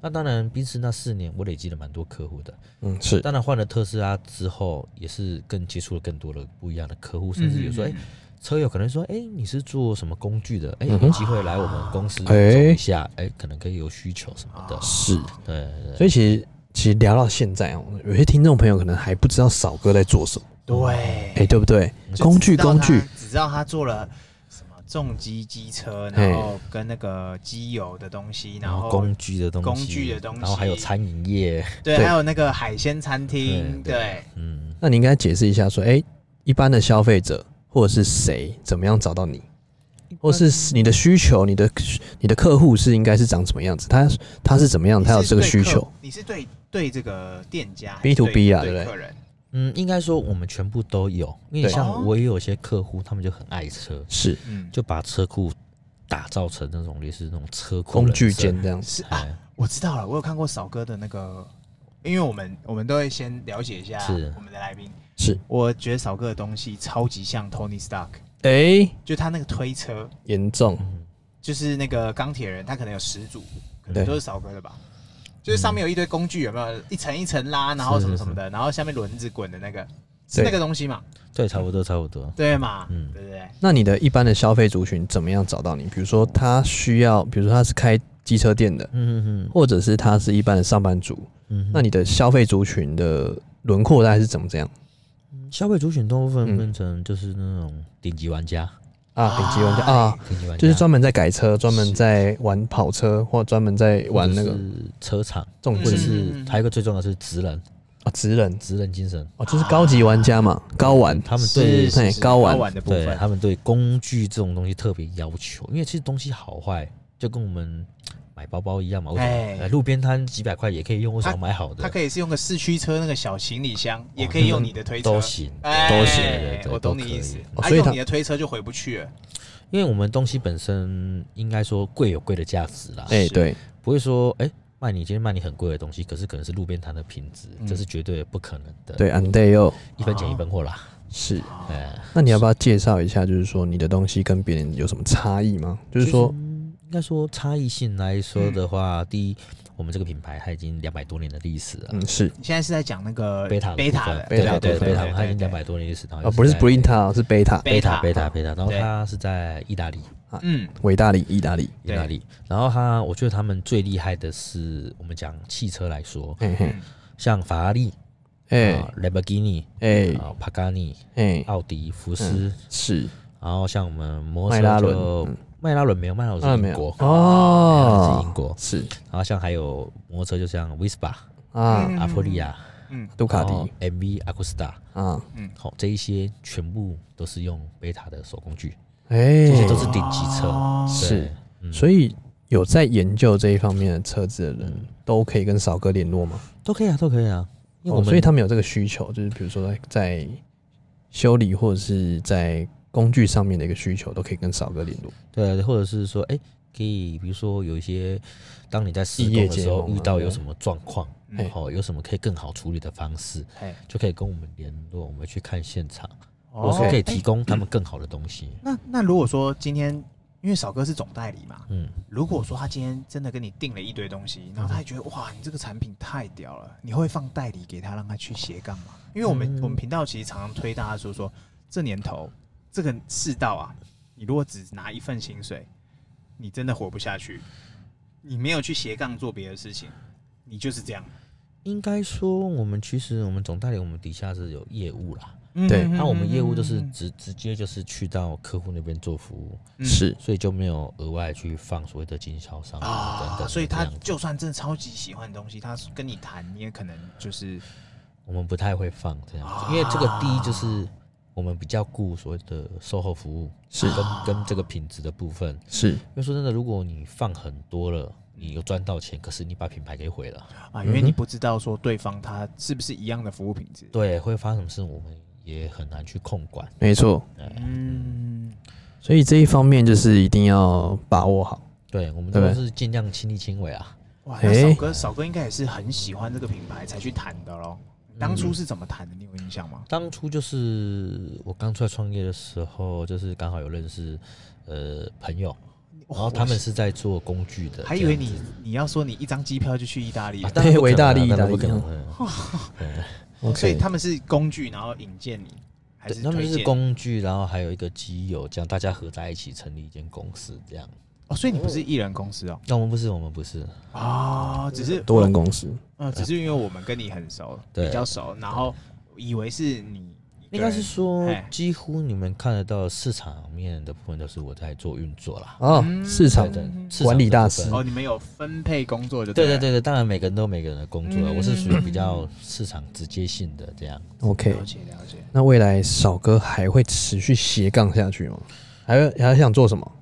[SPEAKER 3] 那当然宾士那四年我累积了蛮多客户的，
[SPEAKER 1] 嗯是，
[SPEAKER 3] 当然换了特斯拉之后，也是更接触了更多的不一样的客户，甚至有时候，哎、车友可能说，哎、你是做什么工具的？哎、
[SPEAKER 1] 嗯哼
[SPEAKER 3] 有机会来我们公司走
[SPEAKER 1] 哎
[SPEAKER 3] 一下，哎、啊可能可以有需求什么的。
[SPEAKER 1] 是，
[SPEAKER 3] 对对
[SPEAKER 1] 所以其实其实聊到现在哦，有些听众朋友可能还不知道少哥在做什么，
[SPEAKER 2] 对，
[SPEAKER 1] 哎，对不对？
[SPEAKER 2] 就
[SPEAKER 1] 工具
[SPEAKER 2] 只知道
[SPEAKER 1] 工具
[SPEAKER 2] 他，只知道他做了什么重机机车，
[SPEAKER 1] 嘿
[SPEAKER 2] 然后跟那个机油的东西，
[SPEAKER 3] 然
[SPEAKER 2] 然
[SPEAKER 3] 后
[SPEAKER 2] 后
[SPEAKER 3] 工具的东西，
[SPEAKER 2] 工具的东西
[SPEAKER 3] 然后还有餐饮业，
[SPEAKER 2] 对，
[SPEAKER 1] 对
[SPEAKER 2] 还有那个海鲜餐厅，
[SPEAKER 3] 对
[SPEAKER 2] 对，
[SPEAKER 3] 嗯，
[SPEAKER 1] 那你应该解释一下说，哎、一般的消费者或者是谁怎么样找到你，或是
[SPEAKER 3] 嗯
[SPEAKER 1] 你的需求，你的你的客户是应该是长什么样子，他他是怎么样，他有这个需求，
[SPEAKER 2] 你是对客，你是对对这个店家还
[SPEAKER 1] B
[SPEAKER 2] 是
[SPEAKER 1] to
[SPEAKER 2] 对
[SPEAKER 1] B 啊对不
[SPEAKER 2] 对
[SPEAKER 1] 对
[SPEAKER 2] 客人，
[SPEAKER 3] 嗯，应该说我们全部都有，因为
[SPEAKER 1] 对
[SPEAKER 2] 哦
[SPEAKER 3] 像我也有些客户，他们就很爱车，
[SPEAKER 1] 是
[SPEAKER 2] 嗯，
[SPEAKER 3] 就把车库打造成那种类似那种车库
[SPEAKER 1] 工具
[SPEAKER 3] 人生
[SPEAKER 1] 间，这样子。
[SPEAKER 2] 是啊，
[SPEAKER 3] 哎，
[SPEAKER 2] 我知道了，我有看过少哥的那个，因为我们我们都会先了解一下
[SPEAKER 3] 是
[SPEAKER 2] 我们的来宾，
[SPEAKER 1] 是，
[SPEAKER 2] 我觉得少哥的东西超级像 Tony Stark，
[SPEAKER 1] 哎、
[SPEAKER 2] 就他那个推车，
[SPEAKER 1] 严重，
[SPEAKER 3] 嗯
[SPEAKER 2] 就是那个钢铁人，他可能有十组，可
[SPEAKER 1] 对
[SPEAKER 2] 能都是少哥的吧。就是上面有一堆工具，有没有一层一层拉，然后
[SPEAKER 3] 是
[SPEAKER 2] 什么
[SPEAKER 3] 是
[SPEAKER 2] 什么的，然后下面轮子滚的那个，是
[SPEAKER 1] 对
[SPEAKER 2] 那个东西嘛？
[SPEAKER 3] 对，差不多差不多，
[SPEAKER 2] 对嘛？
[SPEAKER 3] 嗯
[SPEAKER 2] 对不对？
[SPEAKER 1] 那你的一般的消费族群怎么样找到你？比如说他需要，比如说他是开机车店的，
[SPEAKER 3] 嗯嗯
[SPEAKER 1] 或者是他是一般的上班族，
[SPEAKER 3] 嗯，
[SPEAKER 1] 那你的消费族群的轮廓大概是怎么这样
[SPEAKER 3] 消费族群都分
[SPEAKER 1] 嗯
[SPEAKER 3] 分成就是那种顶级玩家，
[SPEAKER 1] 啊？顶级玩家啊，
[SPEAKER 3] 顶级玩家
[SPEAKER 1] 就是专门在改车，专门在玩跑车，或专门在玩那个
[SPEAKER 3] 或者是车厂，
[SPEAKER 1] 重
[SPEAKER 3] 或
[SPEAKER 1] 机
[SPEAKER 3] 者
[SPEAKER 2] 嗯
[SPEAKER 3] 是
[SPEAKER 2] 嗯嗯
[SPEAKER 3] 还有一个最重要的是职人，
[SPEAKER 1] 啊，职人
[SPEAKER 3] 职人精神，
[SPEAKER 1] 哦，就是高级玩家嘛，高玩
[SPEAKER 3] 他们
[SPEAKER 2] 是
[SPEAKER 3] 对
[SPEAKER 1] 嘿
[SPEAKER 2] 是是
[SPEAKER 1] 高
[SPEAKER 2] 高
[SPEAKER 1] 玩
[SPEAKER 2] 玩的部
[SPEAKER 3] 对
[SPEAKER 2] 分，
[SPEAKER 3] 他们对工具这种东西特别要求，因为其实东西好坏就跟我们买包包一样嘛，为什
[SPEAKER 2] 哎
[SPEAKER 3] 么哎路边摊几百块也可以用，为什么
[SPEAKER 2] 它
[SPEAKER 3] 买好
[SPEAKER 2] 它
[SPEAKER 3] 的
[SPEAKER 2] 可以是用个四驱车那个小行李箱，也可以用你的推车，
[SPEAKER 3] 哦都行，
[SPEAKER 2] 哎
[SPEAKER 3] 都行，对对对
[SPEAKER 2] 我懂你意思
[SPEAKER 3] 都可以。
[SPEAKER 1] 哦
[SPEAKER 2] 啊，
[SPEAKER 1] 所以它
[SPEAKER 2] 用你的推车就回不去了。
[SPEAKER 3] 因为我们东西本身应该说贵有贵的价值啦，
[SPEAKER 1] 哎、
[SPEAKER 2] 是
[SPEAKER 1] 对，
[SPEAKER 3] 不会说哎。卖你今天卖你很贵的东西，可是可能是路边摊的品质，
[SPEAKER 2] 嗯
[SPEAKER 3] 这是绝对不可能的。
[SPEAKER 1] 对，and they 又
[SPEAKER 3] 一分钱一分货啦。
[SPEAKER 1] 是。
[SPEAKER 2] 啊
[SPEAKER 3] 哎、
[SPEAKER 1] 那你要不要介绍一下，就是说你的东西跟别人有什么差异吗？就是说，
[SPEAKER 3] 应该说差异性来说的话，第一，我们这个品牌它已经两百多年的历史了。
[SPEAKER 1] 嗯，是
[SPEAKER 2] 你现在是在讲那个
[SPEAKER 3] 贝塔
[SPEAKER 2] 贝塔的，
[SPEAKER 3] 对
[SPEAKER 1] 贝
[SPEAKER 3] 对对
[SPEAKER 1] 塔
[SPEAKER 3] 贝
[SPEAKER 1] 对
[SPEAKER 3] 塔，它已经两百多年历史，然
[SPEAKER 1] 啊、
[SPEAKER 3] 后
[SPEAKER 1] 不是
[SPEAKER 3] 在
[SPEAKER 1] Brita，是 Beta，
[SPEAKER 2] 贝
[SPEAKER 3] 贝
[SPEAKER 2] 塔
[SPEAKER 3] 塔贝塔贝塔，然后
[SPEAKER 2] 对
[SPEAKER 3] 它是在意大利，
[SPEAKER 2] 嗯，
[SPEAKER 1] 伟大的意大利。
[SPEAKER 3] 意大利，然后它我觉得他们最厉害的是，我们讲汽车来说，
[SPEAKER 1] 嘿嘿，
[SPEAKER 3] 像法拉利、
[SPEAKER 1] 哎
[SPEAKER 3] 啊、Lamborghini、
[SPEAKER 1] 哎
[SPEAKER 3] 啊、帕加尼、
[SPEAKER 1] 哎，
[SPEAKER 3] 奥迪、福斯，
[SPEAKER 1] 是
[SPEAKER 3] 然后像我们摩
[SPEAKER 1] 嗯迈
[SPEAKER 3] 托车
[SPEAKER 1] 拉伦
[SPEAKER 3] 就
[SPEAKER 1] 嗯
[SPEAKER 3] 迈拉伦没有，迈拉伦
[SPEAKER 1] 啊
[SPEAKER 3] 是
[SPEAKER 1] 没
[SPEAKER 3] 英
[SPEAKER 1] 有
[SPEAKER 3] 国，
[SPEAKER 1] 哦，
[SPEAKER 3] 是英国
[SPEAKER 1] 是
[SPEAKER 3] 然后像还有摩托车，就像 Vespa、
[SPEAKER 1] 啊，
[SPEAKER 2] 嗯
[SPEAKER 3] 阿普利亚、
[SPEAKER 2] 嗯，
[SPEAKER 1] 杜卡迪
[SPEAKER 3] 然后 MV、Agusta，
[SPEAKER 1] 啊，
[SPEAKER 3] 好、这一些全部都是用贝塔的手工具，
[SPEAKER 1] 哎
[SPEAKER 3] 这，些都是顶级车。
[SPEAKER 2] 哦
[SPEAKER 3] 对
[SPEAKER 1] 是，
[SPEAKER 3] 嗯
[SPEAKER 1] 所以有在研究这一方面的车子的人
[SPEAKER 3] 嗯
[SPEAKER 1] 都可以跟少哥联络吗？
[SPEAKER 3] 都可以啊，都可以啊，因为我
[SPEAKER 1] 哦，
[SPEAKER 3] 们、
[SPEAKER 1] 所以他们有这个需求，就是比如说在在修理或者是在工具上面的一个需求，都可以跟少哥联络。
[SPEAKER 3] 对，或者是说，哎、可以，比如说有一些，当你在施
[SPEAKER 1] 异业
[SPEAKER 3] 工的时
[SPEAKER 1] 结
[SPEAKER 3] 候
[SPEAKER 1] 盟啊
[SPEAKER 3] 遇到有什么状况，
[SPEAKER 2] 嗯
[SPEAKER 3] 哦，有什么可以更好处理的方式，
[SPEAKER 2] 哎，
[SPEAKER 3] 就可以跟我们联络，我们去看现场，
[SPEAKER 2] 哦
[SPEAKER 3] 或者是可以
[SPEAKER 2] 哎
[SPEAKER 3] 提供他们更好的东西。
[SPEAKER 2] 那那如果说今天，因因为少哥是总代理嘛，
[SPEAKER 3] 嗯，
[SPEAKER 2] 如果说他今天真的跟你订了一堆东西，然后他还觉得哇，你这个产品太屌了，你会放代理给他让他去斜杠吗？因为我们、
[SPEAKER 3] 嗯
[SPEAKER 2] 我们频道其实常常推大家说说，这年头这个世道啊，你如果只拿一份薪水，你真的活不下去，你没有去斜杠做别的事情，你就是这样。
[SPEAKER 3] 应该说我们其实我们总代理我们底下是有业务啦，
[SPEAKER 1] 对
[SPEAKER 2] 嗯
[SPEAKER 3] 那、我们业务就是直直接就是去到客户那边做服务，
[SPEAKER 2] 嗯
[SPEAKER 1] 是
[SPEAKER 3] 所以就没有额外去放所谓的经销商啊等等
[SPEAKER 2] 啊，
[SPEAKER 3] 的
[SPEAKER 2] 所以
[SPEAKER 3] 这
[SPEAKER 2] 他
[SPEAKER 3] 样子
[SPEAKER 2] 就算真的超级喜欢的东西，他跟你谈，你也可能就是
[SPEAKER 3] 我们不太会放这样
[SPEAKER 2] 啊
[SPEAKER 3] 子，因为这个第一就是我们比较顾所谓的售后服务
[SPEAKER 1] 是
[SPEAKER 3] 跟跟这个品质的部分，
[SPEAKER 1] 是
[SPEAKER 3] 因为说真的，如果你放很多了，你有赚到钱，可是你把品牌给毁了，
[SPEAKER 2] 啊，因为你不知道说对方他是不是一样的服务品质。
[SPEAKER 3] 对，会发生什么事我们也很难去控管。
[SPEAKER 1] 没错。
[SPEAKER 2] 嗯，
[SPEAKER 1] 所以这一方面就是一定要把握好。
[SPEAKER 3] 对，我们
[SPEAKER 1] 对
[SPEAKER 3] 都是尽量亲力亲为啊。
[SPEAKER 2] 哇，
[SPEAKER 1] 嘿
[SPEAKER 2] 那少哥少哥应该也是很喜欢这个品牌才去谈的咯。
[SPEAKER 3] 嗯
[SPEAKER 2] 当初是怎么谈的？你有印象吗？
[SPEAKER 3] 当初就是我刚出来创业的时候，就是刚好有认识呃朋友，然哦后他们是在做工具的，
[SPEAKER 2] 哦还以
[SPEAKER 3] 这样
[SPEAKER 2] 为你你要说你一张机票就去意大利
[SPEAKER 3] 啊
[SPEAKER 2] 了，
[SPEAKER 3] 当然不可能啊
[SPEAKER 1] 维大利
[SPEAKER 3] 当然不
[SPEAKER 1] 意大
[SPEAKER 3] 可
[SPEAKER 1] 利
[SPEAKER 3] 能。嗯
[SPEAKER 2] 所以
[SPEAKER 1] OK，
[SPEAKER 2] 他们是工具，然后引荐你，还
[SPEAKER 3] 对，
[SPEAKER 2] 是
[SPEAKER 3] 他们
[SPEAKER 2] 推
[SPEAKER 3] 就是
[SPEAKER 2] 荐？
[SPEAKER 3] 工具，然后还有一个基友，这样大家合在一起成立一间公司，这样。
[SPEAKER 2] 哦，所以你不是艺人公司哦？
[SPEAKER 3] 那我们不是，我们不是，
[SPEAKER 2] 啊，只是
[SPEAKER 1] 多人公司
[SPEAKER 2] 嗯，只是因为我们跟你很熟，
[SPEAKER 3] 对
[SPEAKER 2] 比较熟，然后以为是你一
[SPEAKER 3] 应
[SPEAKER 2] 个人，
[SPEAKER 3] 该是说
[SPEAKER 2] 嘿，
[SPEAKER 3] 几乎你们看得到市场面的部分都是我在做运作啦。
[SPEAKER 1] 哦，
[SPEAKER 2] 嗯
[SPEAKER 1] 市场
[SPEAKER 3] 对对，市场
[SPEAKER 1] 管理
[SPEAKER 3] 的
[SPEAKER 1] 大
[SPEAKER 3] 部
[SPEAKER 1] 师
[SPEAKER 3] 分
[SPEAKER 2] 哦，你们有分配工作就
[SPEAKER 3] 对对
[SPEAKER 2] 对
[SPEAKER 3] 对对，当然每个人都有每个人的工作啊，
[SPEAKER 2] 嗯
[SPEAKER 3] 我是属于比较市场直接性的这样。
[SPEAKER 1] OK
[SPEAKER 2] 了。解了解。
[SPEAKER 1] 那未来少哥还会持续斜杠下去吗？还会还想做什么？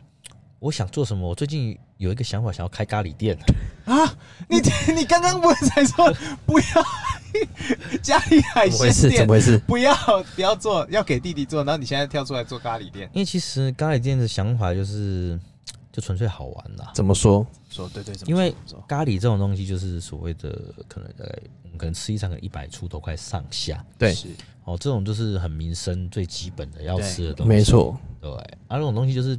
[SPEAKER 3] 我想做什么？我最近有一个想法，想要开咖喱店。
[SPEAKER 2] 啊，你你刚刚不是才说不要家里海
[SPEAKER 1] 怎么回事？
[SPEAKER 2] 鲜
[SPEAKER 1] 怎
[SPEAKER 2] 店
[SPEAKER 1] 么，回事？
[SPEAKER 2] 不要不要做，要给弟弟做，然后你现在跳出来做咖喱店，
[SPEAKER 3] 因为其实咖喱店的想法就是，就纯粹好玩啦。
[SPEAKER 1] 怎么说？
[SPEAKER 2] 说对对，怎么
[SPEAKER 3] 因为
[SPEAKER 2] 说怎么说
[SPEAKER 3] 咖喱这种东西就是所谓的可能大概我们可能吃一餐可能一百出头块上下
[SPEAKER 1] 对，
[SPEAKER 2] 是
[SPEAKER 3] 哦，这种就是很民生最基本的要
[SPEAKER 2] 对
[SPEAKER 3] 吃的东西。
[SPEAKER 1] 没错，
[SPEAKER 3] 对，啊，这种东西就是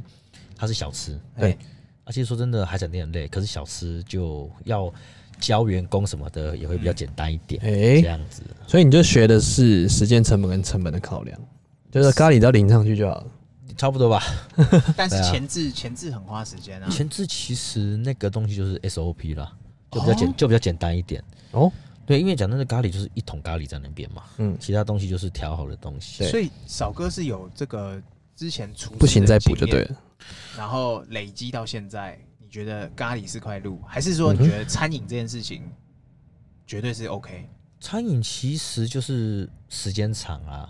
[SPEAKER 3] 它是小吃，
[SPEAKER 1] 对
[SPEAKER 2] 哎
[SPEAKER 3] 而且说真的，海产店很累，可是小吃就要教员工什么的也会比较简单一点，
[SPEAKER 1] 哎
[SPEAKER 3] 这，样子。
[SPEAKER 1] 所以你就学的是时间成本跟成本的考量，就是咖喱只要淋上去就好了。
[SPEAKER 3] 差不多吧。
[SPEAKER 2] 但是
[SPEAKER 3] 对啊
[SPEAKER 2] 前置前置很花时间啊，
[SPEAKER 3] 前置其实那个东西就是 SOP 啦，就比较简，就比较简单一点。
[SPEAKER 1] 哦，
[SPEAKER 3] 对，因为讲真的，咖喱就是一桶咖喱在那边嘛，
[SPEAKER 1] 嗯，
[SPEAKER 3] 其他东西就是调好的东西。
[SPEAKER 1] 对
[SPEAKER 2] 所以少哥是有这个之前厨师
[SPEAKER 1] 不行
[SPEAKER 2] 的
[SPEAKER 1] 再补就
[SPEAKER 2] 经
[SPEAKER 1] 对，
[SPEAKER 2] 验
[SPEAKER 1] 了。
[SPEAKER 2] 然后累积到现在，你觉得咖喱是块路，还是说
[SPEAKER 3] 嗯
[SPEAKER 2] 你觉得餐饮这件事情绝对是 OK？
[SPEAKER 3] 餐饮其实就是时间长啊，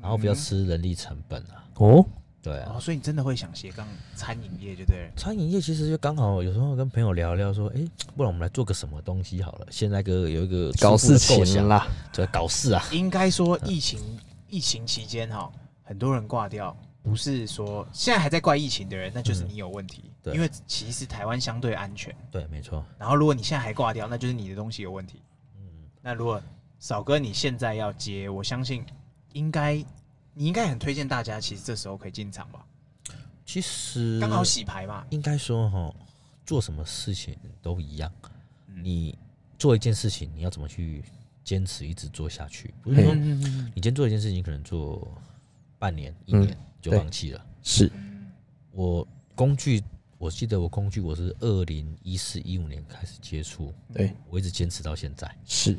[SPEAKER 3] 然后
[SPEAKER 2] 嗯
[SPEAKER 3] 不要吃人力成本啊。
[SPEAKER 1] 哦，
[SPEAKER 3] 对啊
[SPEAKER 2] 哦，，所以你真的会想斜杠餐饮业就对了。
[SPEAKER 3] 餐饮业其实就刚好有时候跟朋友聊聊说，哎、不然我们来做个什么东西好了。现在个有一个初步的
[SPEAKER 1] 搞事
[SPEAKER 3] 构
[SPEAKER 1] 情
[SPEAKER 3] 想，
[SPEAKER 1] 啦，
[SPEAKER 3] 对，搞事啊，
[SPEAKER 2] 应该说疫情
[SPEAKER 3] 嗯
[SPEAKER 2] 疫情期间哈，很多人挂掉，不是说现在还在怪疫情的人，那就是你有问题，
[SPEAKER 3] 嗯对
[SPEAKER 2] 因为其实台湾相对安全。
[SPEAKER 3] 对，没错，
[SPEAKER 2] 然后如果你现在还挂掉，那就是你的东西有问题。
[SPEAKER 3] 嗯，
[SPEAKER 2] 那如果少哥你现在要接，我相信应该你应该很推荐大家，其实这时候可以进场吧，
[SPEAKER 3] 其实
[SPEAKER 2] 刚好洗牌嘛。
[SPEAKER 3] 应该说哈，做什么事情都一样，
[SPEAKER 2] 嗯
[SPEAKER 3] 你做一件事情，你要怎么去坚持一直做下去？不是
[SPEAKER 1] 嗯
[SPEAKER 3] 说
[SPEAKER 2] 嗯
[SPEAKER 3] 你
[SPEAKER 2] 嗯嗯
[SPEAKER 3] 今天做一件事情，可能做半年、一
[SPEAKER 1] 嗯
[SPEAKER 3] 年就
[SPEAKER 1] 对
[SPEAKER 3] 放弃了。
[SPEAKER 1] 是
[SPEAKER 2] 嗯
[SPEAKER 3] 我工具，我记得我工具我是二零一四一五年开始接触，
[SPEAKER 1] 对
[SPEAKER 3] 我一直坚持到现在。
[SPEAKER 1] 是，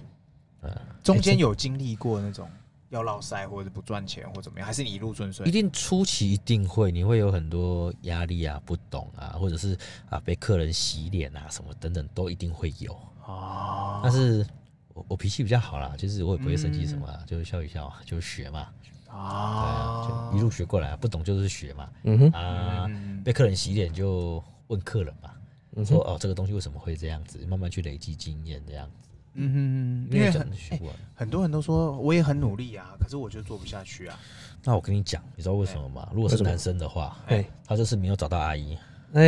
[SPEAKER 2] 中间有经历过那种要落赛或者不赚钱或怎么样，还是你一路顺
[SPEAKER 3] 一
[SPEAKER 2] 遂？
[SPEAKER 3] 定初期一定会，你会有很多压力啊、不懂啊，或者是啊被客人洗脸啊什么等等，都一定会有。
[SPEAKER 2] 哦，
[SPEAKER 3] 但是我我脾气比较好啦，就是我也不会生气什么啊，就是笑一笑啊，就是学嘛，对啊，
[SPEAKER 2] 啊
[SPEAKER 3] 就一路学过来啊，不懂就是学嘛，
[SPEAKER 1] 嗯哼，
[SPEAKER 3] 啊，
[SPEAKER 2] 嗯
[SPEAKER 3] 被客人洗脸就问客人嘛，
[SPEAKER 1] 嗯
[SPEAKER 3] 说
[SPEAKER 1] 哼，
[SPEAKER 3] 哦这个东西为什么会这样子，慢慢去累积经验这样子，
[SPEAKER 2] 嗯哼，
[SPEAKER 3] 因
[SPEAKER 2] 因为
[SPEAKER 3] 为讲
[SPEAKER 2] 很
[SPEAKER 3] 的学过来。
[SPEAKER 2] 很多人都说我也很努力啊，可是我就做不下去啊。
[SPEAKER 3] 那我跟你讲，你知道为什么吗？如果是男生的话，
[SPEAKER 1] 哎
[SPEAKER 3] 他就是没有找到阿姨，
[SPEAKER 1] 哎，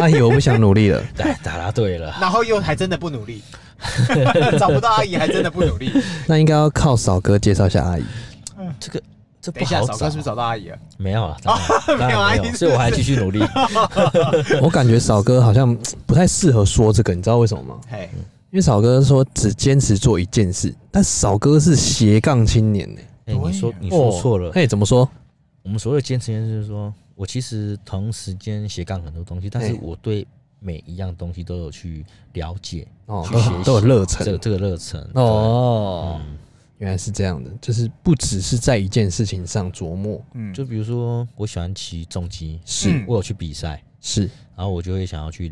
[SPEAKER 1] 阿姨，我不想努力了。
[SPEAKER 3] 对，答答对了。
[SPEAKER 2] 然后又还真的不努 力，找不到阿姨还真的不努力。
[SPEAKER 1] 那应该要靠嫂哥介绍一下阿姨。
[SPEAKER 3] 这个这
[SPEAKER 2] 等
[SPEAKER 3] 不
[SPEAKER 2] 一下，
[SPEAKER 3] 好
[SPEAKER 2] 少
[SPEAKER 3] 找啊
[SPEAKER 2] 哥是不是找到阿姨了？
[SPEAKER 3] 没有了，啊
[SPEAKER 2] 哦
[SPEAKER 3] 当然
[SPEAKER 2] 没有
[SPEAKER 3] 当
[SPEAKER 2] 阿
[SPEAKER 3] 然
[SPEAKER 2] 姨
[SPEAKER 3] 没
[SPEAKER 2] 是不
[SPEAKER 3] 有，啊所以我还
[SPEAKER 2] 是
[SPEAKER 3] 继续努力。 哎
[SPEAKER 1] 我感觉少哥好像不太适合说这个，你知道为什么吗？
[SPEAKER 2] 嘿，
[SPEAKER 1] 因为少哥说只坚持做一件事，但少哥是斜杠青年呢、
[SPEAKER 3] 哎，你说你
[SPEAKER 1] 你
[SPEAKER 3] 说错了，
[SPEAKER 1] 哎、怎么说？
[SPEAKER 3] 我们所谓的坚持，就是说我其实同时间斜杠很多东西，但是
[SPEAKER 1] 哎
[SPEAKER 3] 我对每一样东西都有去了解，
[SPEAKER 1] 哦，
[SPEAKER 3] 去
[SPEAKER 1] 都
[SPEAKER 3] 学
[SPEAKER 1] 有
[SPEAKER 3] 习
[SPEAKER 1] 都有热
[SPEAKER 3] 这个
[SPEAKER 1] 忱。
[SPEAKER 3] 这个热忱。
[SPEAKER 1] 哦，
[SPEAKER 3] 嗯
[SPEAKER 1] 原来是这样的，就是不只是在一件事情上琢磨，
[SPEAKER 2] 嗯，
[SPEAKER 3] 就比如说我喜欢骑重机，
[SPEAKER 1] 是、
[SPEAKER 2] 嗯
[SPEAKER 3] 我有去比赛，
[SPEAKER 1] 是，
[SPEAKER 3] 然后我就会想要去